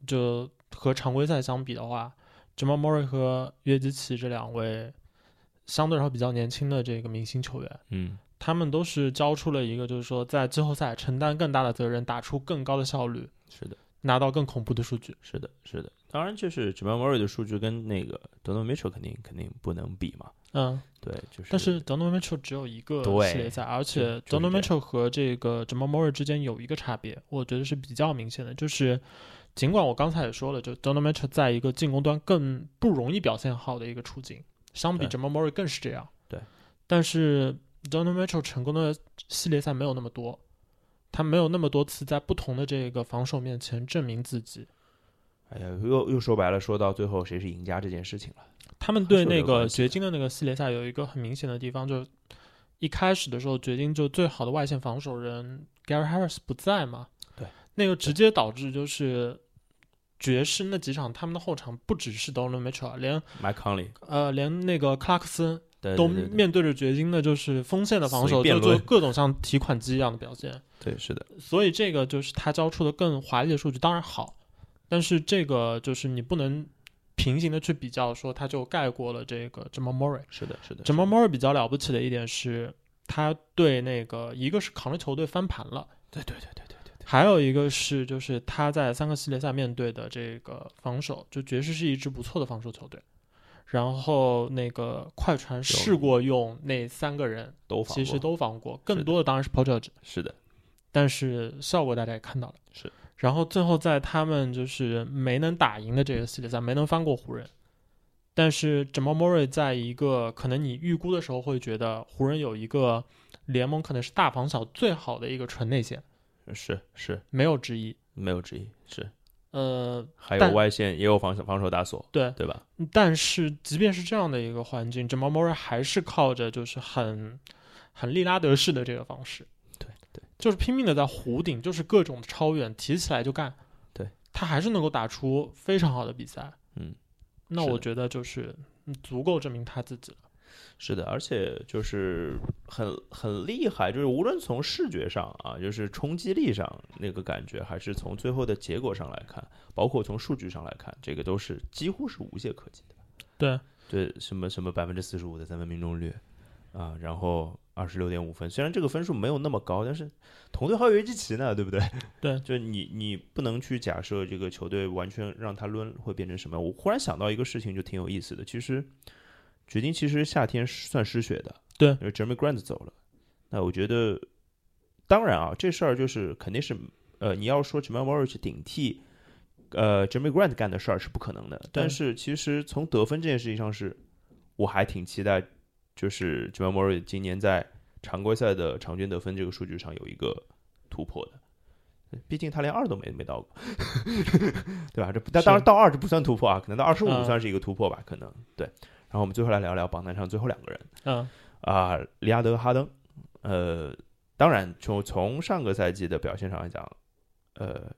S2: 就和常规赛相比的话，Jamal Murray 和约基奇这两位相对来说比较年轻的这个明星球员，
S1: 嗯，
S2: 他们都是交出了一个就是说在季后赛承担更大的责任，打出更高的效率，
S1: 是的，
S2: 拿到更恐怖的数据。
S1: 是的，是的。当然，就是 Jamal Murray 的数据跟那个 Donovan Mitchell 肯定肯定不能比嘛。
S2: 嗯，
S1: 对，就是。
S2: 但是 Donovan Mitchell 只有一个
S1: 对
S2: 系列赛，而
S1: 就
S2: 且
S1: 就是
S2: Donovan
S1: 这
S2: Mitchell 和这个 Jamal Murray 之间有一个差别，我觉得是比较明显的，就是尽管我刚才也说了，就 Donovan Mitchell 在一个进攻端更不容易表现好的一个处境，相比
S1: 对
S2: Jamal Murray 更是这样。
S1: 对，
S2: 但是 Donovan Mitchell 成功的系列赛没有那么多，他没有那么多次在不同的这个防守面前证明自己。
S1: 哎呀，又又说白了，说到最后谁是赢家这件事情了。
S2: 他们
S1: 还是
S2: 对
S1: 有
S2: 那
S1: 这个
S2: 个
S1: 关系
S2: 掘金的那个系列赛有一个很明显的地方，就是一开始的时候，掘金就最好的外线防守人 Gary Harris 不在嘛，
S1: 对，
S2: 那个直接导致就是爵士那几场他们的后场不只是 Donovan Mitchell，连啊
S1: Mike Conley
S2: 呃连那个克拉克森
S1: 对
S2: 都
S1: 对对对
S2: 面对着掘金的就是锋线的防
S1: 随
S2: 守，
S1: 便
S2: 就
S1: 抡
S2: 就各种像提款机一样的表现。
S1: 对是的，
S2: 所以这个就是他交出的更华丽的数据，当然好，但是这个就是你不能平行的去比较，说他就盖过了这个 Jamal Murray。
S1: 是的，是的。
S2: Jamal Murray 比较了不起的一点是，他对那个一个是扛着球队翻盘了，
S1: 对对对对对对
S2: 还有一个是就是他在三个系列赛面对的这个防守，就爵士是一支不错的防守球队。然后那个快船试过用那三个人，
S1: 都防
S2: 其实
S1: 过
S2: 都防过，
S1: 是
S2: 更
S1: 的
S2: 多的当然是 p o j o
S1: 是的，
S2: 但是效果大家也看到了。
S1: 是。
S2: 然后最后在他们就是没能打赢的这个系列赛，没能翻过湖人。但是 Jamal Murray 在一个可能你预估的时候会觉得湖人有一个联盟可能是大防小最好的一个纯内线，
S1: 是是
S2: 没有之一。
S1: 没有之一，是
S2: 呃，
S1: 还有
S2: 但
S1: 外线也有防守防守大锁，
S2: 对，
S1: 对吧？
S2: 但是即便是这样的一个环境，Jamal Murray 还是靠着就是很很利拉德式的这个方式，
S1: 对对，
S2: 就是拼命的在弧顶，就是各种超远提起来就干，
S1: 对，
S2: 他还是能够打出非常好的比赛，
S1: 嗯，
S2: 那
S1: 是的
S2: 我觉得就是嗯足够证明他自己了，
S1: 是的，而且就是很很厉害，就是无论从视觉上啊，就是冲击力上那个感觉，还是从最后的结果上来看，包括从数据上来看，这个都是几乎是无懈可击的。
S2: 对，
S1: 对，啊什么什么百分之四十五的三分命中率啊，然后二十六点五分，虽然这个分数没有那么高，但是同队还有约基奇呢，对不对？
S2: 对
S1: 就你你不能去假设这个球队完全让他抡会变成什么样。我忽然想到一个事情，就挺有意思的，其实。掘金其实夏天是算失血的，
S2: 对
S1: 因为 Jeremy Grant 走了。那我觉得，当然啊，这事儿就是肯定是，呃，你要说 Jamal Murray 去顶替，呃，Jeremy Grant 干的事儿是不可能的。但是其实从得分这件事情上是，我还挺期待，就是 Jamal Murray 今年在常规赛的场均得分这个数据上有一个突破的。嗯毕竟他连二都没没到过， 对吧？这但当然到二这不算突破啊，可能到二十五
S2: 嗯
S1: 算是一个突破吧，可能对。然后我们最后来聊聊榜单上最后两个人
S2: 嗯，
S1: 啊、利亚德哈登。呃，当然从从上个赛季的表现上来讲，呃，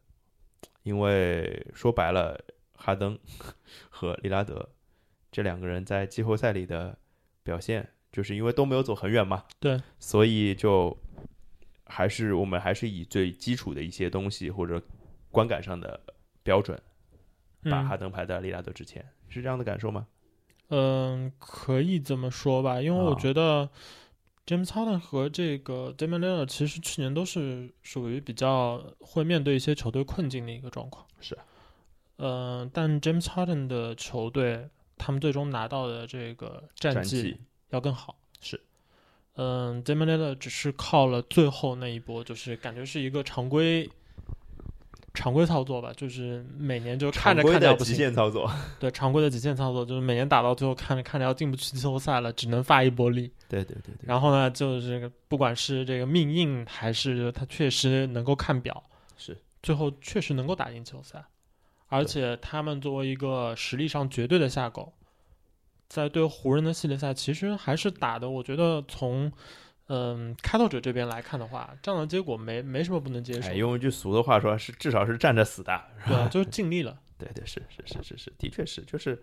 S1: 因为说白了，哈登 和利拉德这两个人在季后赛里的表现，就是因为都没有走很远嘛，
S2: 对，
S1: 所以就还是我们还是以最基础的一些东西或者观感上的标准，把
S2: 嗯
S1: 哈登排在利拉德之前，是这样的感受吗？
S2: 嗯，可以这么说吧，因为我
S1: 啊
S2: 觉得 James Harden 和这个 Damian l i l l a r 其实去年都是属于比较会面对一些球队困境的一个状况。
S1: 是，
S2: 嗯，但 James Harden 的球队，他们最终拿到的这个
S1: 战
S2: 战绩要更好。
S1: 是，
S2: 嗯，Damian l i l l a r 只是靠了最后那一波，就是感觉是一个常规。常规操作吧，就是每年就看着
S1: 常规
S2: 看着
S1: 的
S2: 要不
S1: 极
S2: 行，
S1: 限操 作，
S2: 对常规的极限操作，就是每年打到最后看着看着要进不去季后赛了，只能发一波力。
S1: 对对对对，
S2: 然后呢，就是不管是这个命硬还是他确实能够看表，
S1: 是
S2: 最后确实能够打进季后赛。而且他们作为一个实力上绝对的下狗，在对湖人的系列赛其实还是打的，我觉得从嗯开拓者这边来看的话，这样的结果没没什么不能接受
S1: 哎，，用一句俗的话说，是至少是站着死的。
S2: 对啊，就是尽力了，
S1: 对对，是是是是是，的确是，就是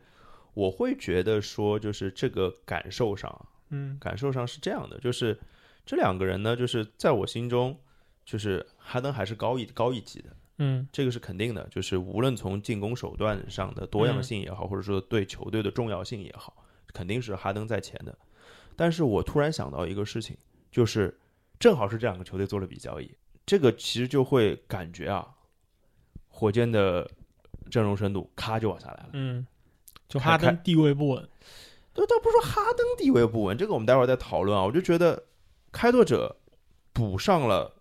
S1: 我会觉得说，就是这个感受上，
S2: 嗯
S1: 感受上是这样的，就是这两个人呢，就是在我心中，就是哈登还是高一高一级的，
S2: 嗯
S1: 这个是肯定的，就是无论从进攻手段上的多样性也好，或者说对球队的重要性也好，肯定是哈登在前的。但是我突然想到一个事情，就是正好是这两个球队做了比交易，这个其实就会感觉啊，火箭的阵容深度咔就往下来了。
S2: 嗯，就
S1: 看
S2: 哈登地位不稳，
S1: 都倒不是说哈登地位不稳，这个我们待会儿再讨论啊。我就觉得开拓者补上了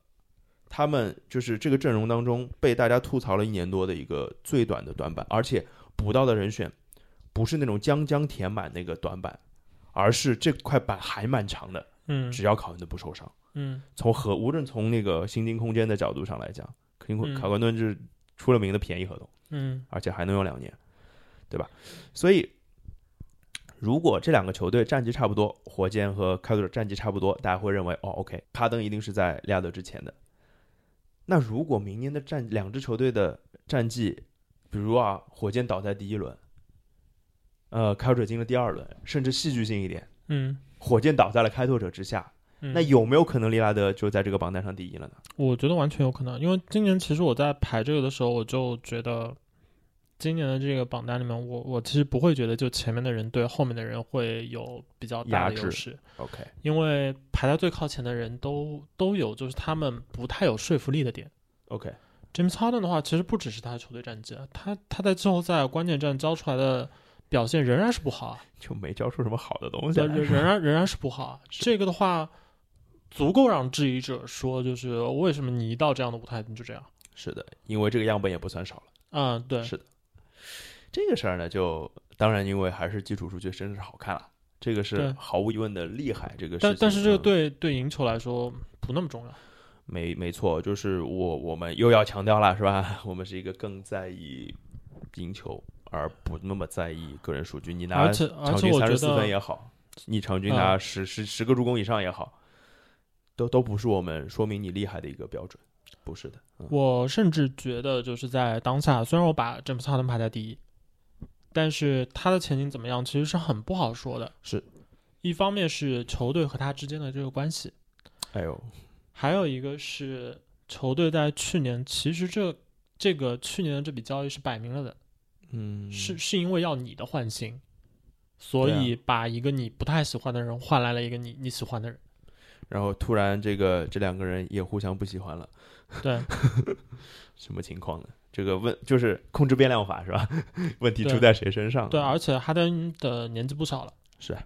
S1: 他们就是这个阵容当中被大家吐槽了一年多的一个最短的短板，而且补到的人选不是那种将将填满那个短板，而是这块板还蛮长的，
S2: 嗯
S1: 只要考恩顿不受伤。
S2: 嗯
S1: 从核无论从那个薪金空间的角度上来讲，肯定
S2: 嗯
S1: 考恩顿是出了名的便宜合同。
S2: 嗯
S1: 而且还能用两年，对吧？所以，如果这两个球队战绩差不多，火箭和开拓者战绩差不多，大家会认为哦，OK，哈登一定是在利亚德之前的。那如果明年的战两支球队的战绩，比如啊，火箭倒在第一轮，呃，开拓者进了第二轮，甚至戏剧性一点，
S2: 嗯
S1: 火箭倒在了开拓者之下，
S2: 嗯，
S1: 那有没有可能利拉德就在这个榜单上第一了呢？
S2: 我觉得完全有可能，因为今年其实我在排这个的时候，我就觉得今年的这个榜单里面，我我其实不会觉得就前面的人对后面的人会有比较
S1: 压
S2: 大的优
S1: 制
S2: 势，
S1: OK，
S2: 因为排在最靠前的人都都有就是他们不太有说服力的点。
S1: OK，
S2: James Harden 的话，其实不只是他的球队战绩，啊，他他在季后赛关键战交出来的表现仍然是不好啊，
S1: 就没教出什么好的东西
S2: 对
S1: 来。
S2: 仍仍然仍然是不好啊。这个的话，足够让质疑者说，就是为什么你一到这样的舞台你就这样？
S1: 是的，因为这个样本也不算少了。
S2: 嗯，对，
S1: 是这个事儿呢，就当然因为还是基础数据真是好看了，这个是
S2: 对
S1: 毫无疑问的厉害。这个事
S2: 但
S1: 情
S2: 但是这个
S1: 嗯
S2: 对对赢球来说不那么重要。
S1: 没没错，就是我我们又要强调了，是吧？ 我们是一个更在意赢球，而不那么在意个人数据。你拿
S2: 而且而
S1: 场
S2: 且
S1: 均
S2: 我
S1: 三
S2: 觉
S1: 十四分
S2: 得，啊
S1: 也好，你场均拿十十十个助攻以上也好，都都不是我们说明你厉害的一个标准，不是的。嗯、
S2: 我甚至觉得就是在当下，虽然我把詹姆斯哈登排在第一，但是他的前景怎么样，其实是很不好说的。
S1: 是，
S2: 一方面是球队和他之间的这个关系，
S1: 哎呦，
S2: 还有一个是球队在去年，其实这这个去年的这笔交易是摆明了的，
S1: 嗯，
S2: 是是因为要你的换薪，所
S1: 对啊
S2: 以把一个你不太喜欢的人换来了一个你你喜欢的人。
S1: 然后突然这个这两个人也互相不喜欢了，
S2: 对，
S1: 什么情况呢？这个问就是控制变量法是吧？ 问题
S2: 对
S1: 出在谁身上？
S2: 对，而且哈登的年纪不小了，
S1: 是啊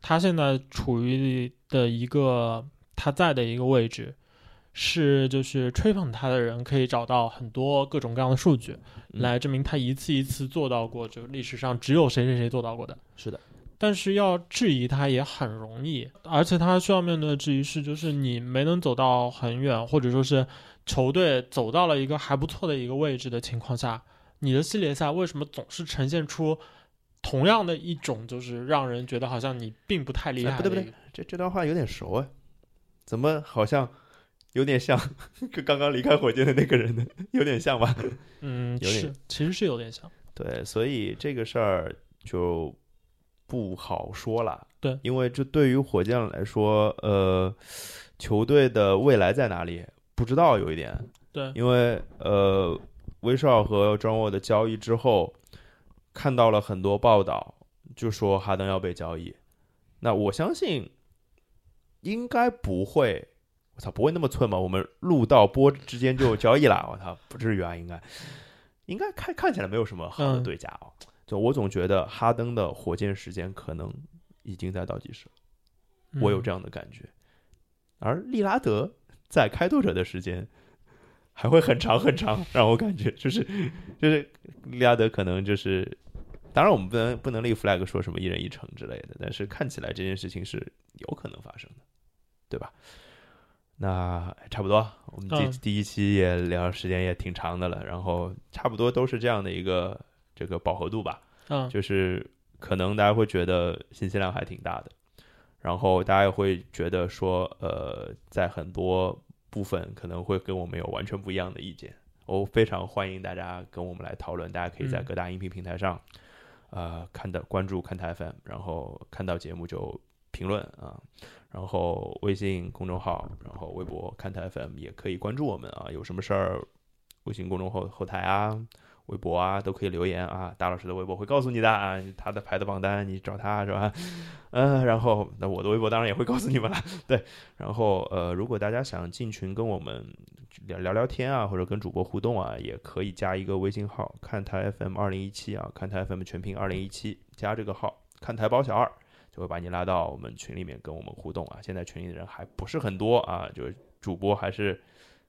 S2: 他现在处于的一个他在的一个位置，是就是吹捧他的人可以找到很多各种各样的数据
S1: 嗯
S2: 来证明他一次一次做到过这个历史上只有谁谁谁做到过的。
S1: 是的，
S2: 但是要质疑他也很容易，而且他需要面对的质疑是，就是你没能走到很远，或者说是球队走到了一个还不错的一个位置的情况下，你的系列赛为什么总是呈现出同样的一种，就是让人觉得好像你并不太厉害
S1: 哎
S2: 的
S1: 不
S2: 一个、
S1: 对不对这这段话有点熟哎，怎么好像有点像 跟刚刚离开火箭的那个人呢？ 有点像吧？
S2: 嗯，
S1: 有点
S2: 是，其实是有点像，
S1: 对，所以这个事儿就不好说了。
S2: 对
S1: 因为这对于火箭来说，呃，球队的未来在哪里不知道有一点，
S2: 对，
S1: 因为呃，威少和 John Wall 的交易之后，看到了很多报道，就说哈登要被交易。那我相信应该不会，我操，不会那么寸吧？我们录到播之间就交易了，我操，不至于啊，应该应该看看起来没有什么好的
S2: 嗯
S1: 对价哦。就我总觉得哈登的火箭时间可能已经在倒计时了。我有这
S2: 样，
S1: 样的感觉。而利拉德在开拓者的时间还会很长很长，让我感觉就是就是利拉德可能就是，当然我们不能不能立 flag 说什么一人一城之类的，但是看起来这件事情是有可能发生的，对吧？那差不多，我们第、
S2: 嗯
S1: 第一期也聊时间也挺长的了，然后差不多都是这样的一个这个饱和度吧。
S2: 嗯，
S1: 就是可能大家会觉得信息量还挺大的，然后大家也会觉得说，呃，在很多部分可能会跟我们有完全不一样的意见。我非常欢迎大家跟我们来讨论，大家可以在
S2: 嗯
S1: 各大音频平台上，呃，看到关注看台 FM，然后看到节目就评论啊，然后微信公众号，然后微博看台 FM 也可以关注我们啊，有什么事儿，微信公众号后台啊，微博啊，都可以留言啊。达老师的微博会告诉你的啊，他的排的榜单你找他是吧？ 嗯、然后那我的微博当然也会告诉你们了。对，然后呃，如果大家想进群跟我们聊聊聊天啊，或者跟主播互动啊，也可以加一个微信号，看台 FM 二零一七啊，看台 FM 全拼二零一七，加这个号，看台包小二。就会把你拉到我们群里面跟我们互动啊！现在群里的人还不是很多啊，就是主播还是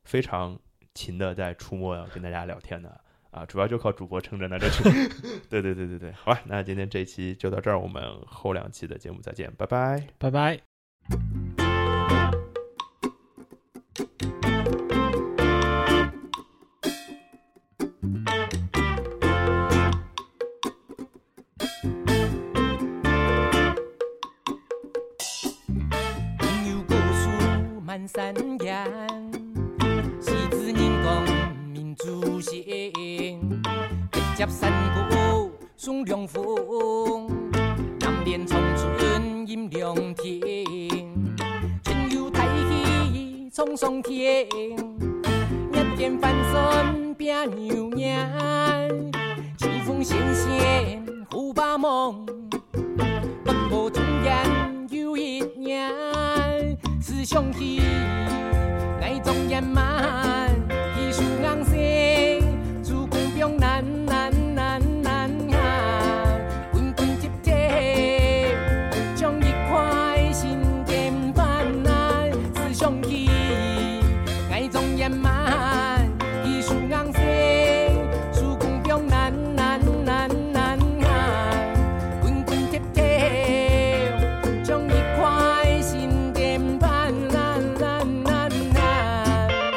S1: 非常勤的在出没跟大家聊天的啊，主要就靠主播撑着呢，这是。 对对对对对，好吧，那今天这一期就到这儿，我们后两期的节目再见，拜拜。
S2: 拜拜。
S3: 朋友故事满山岩，是指人工民主性，一接山谷送凉风，南面长春饮凉亭，春游太溪冲松天，日间翻身拼牛年，千风新鲜，胡巴梦，奔波中间有一年，思想起乃中人慢，技术硬性，主公兵难难难难啊，滚滚接接，将一块新电饭啊，思想起乃中人慢，技术硬性。主公兵难难难难啊，滚滚贴贴，将一块心电板难难难难。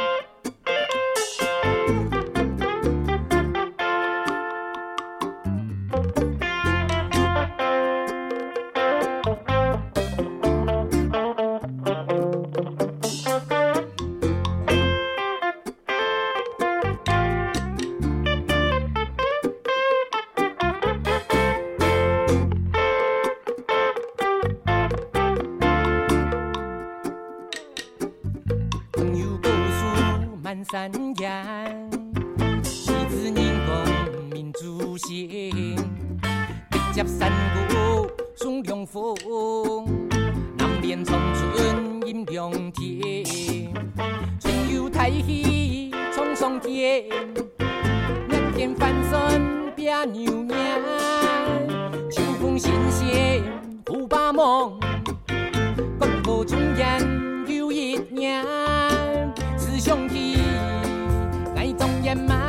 S3: 朋友故事满山岩，是子人公民主行，直接山谷送凉风，南面长春饮凉天，春游太溪冲上天，日天翻身变牛年，秋风新鲜胡巴梦。奔波中间有一年，思想起爱中人嘛，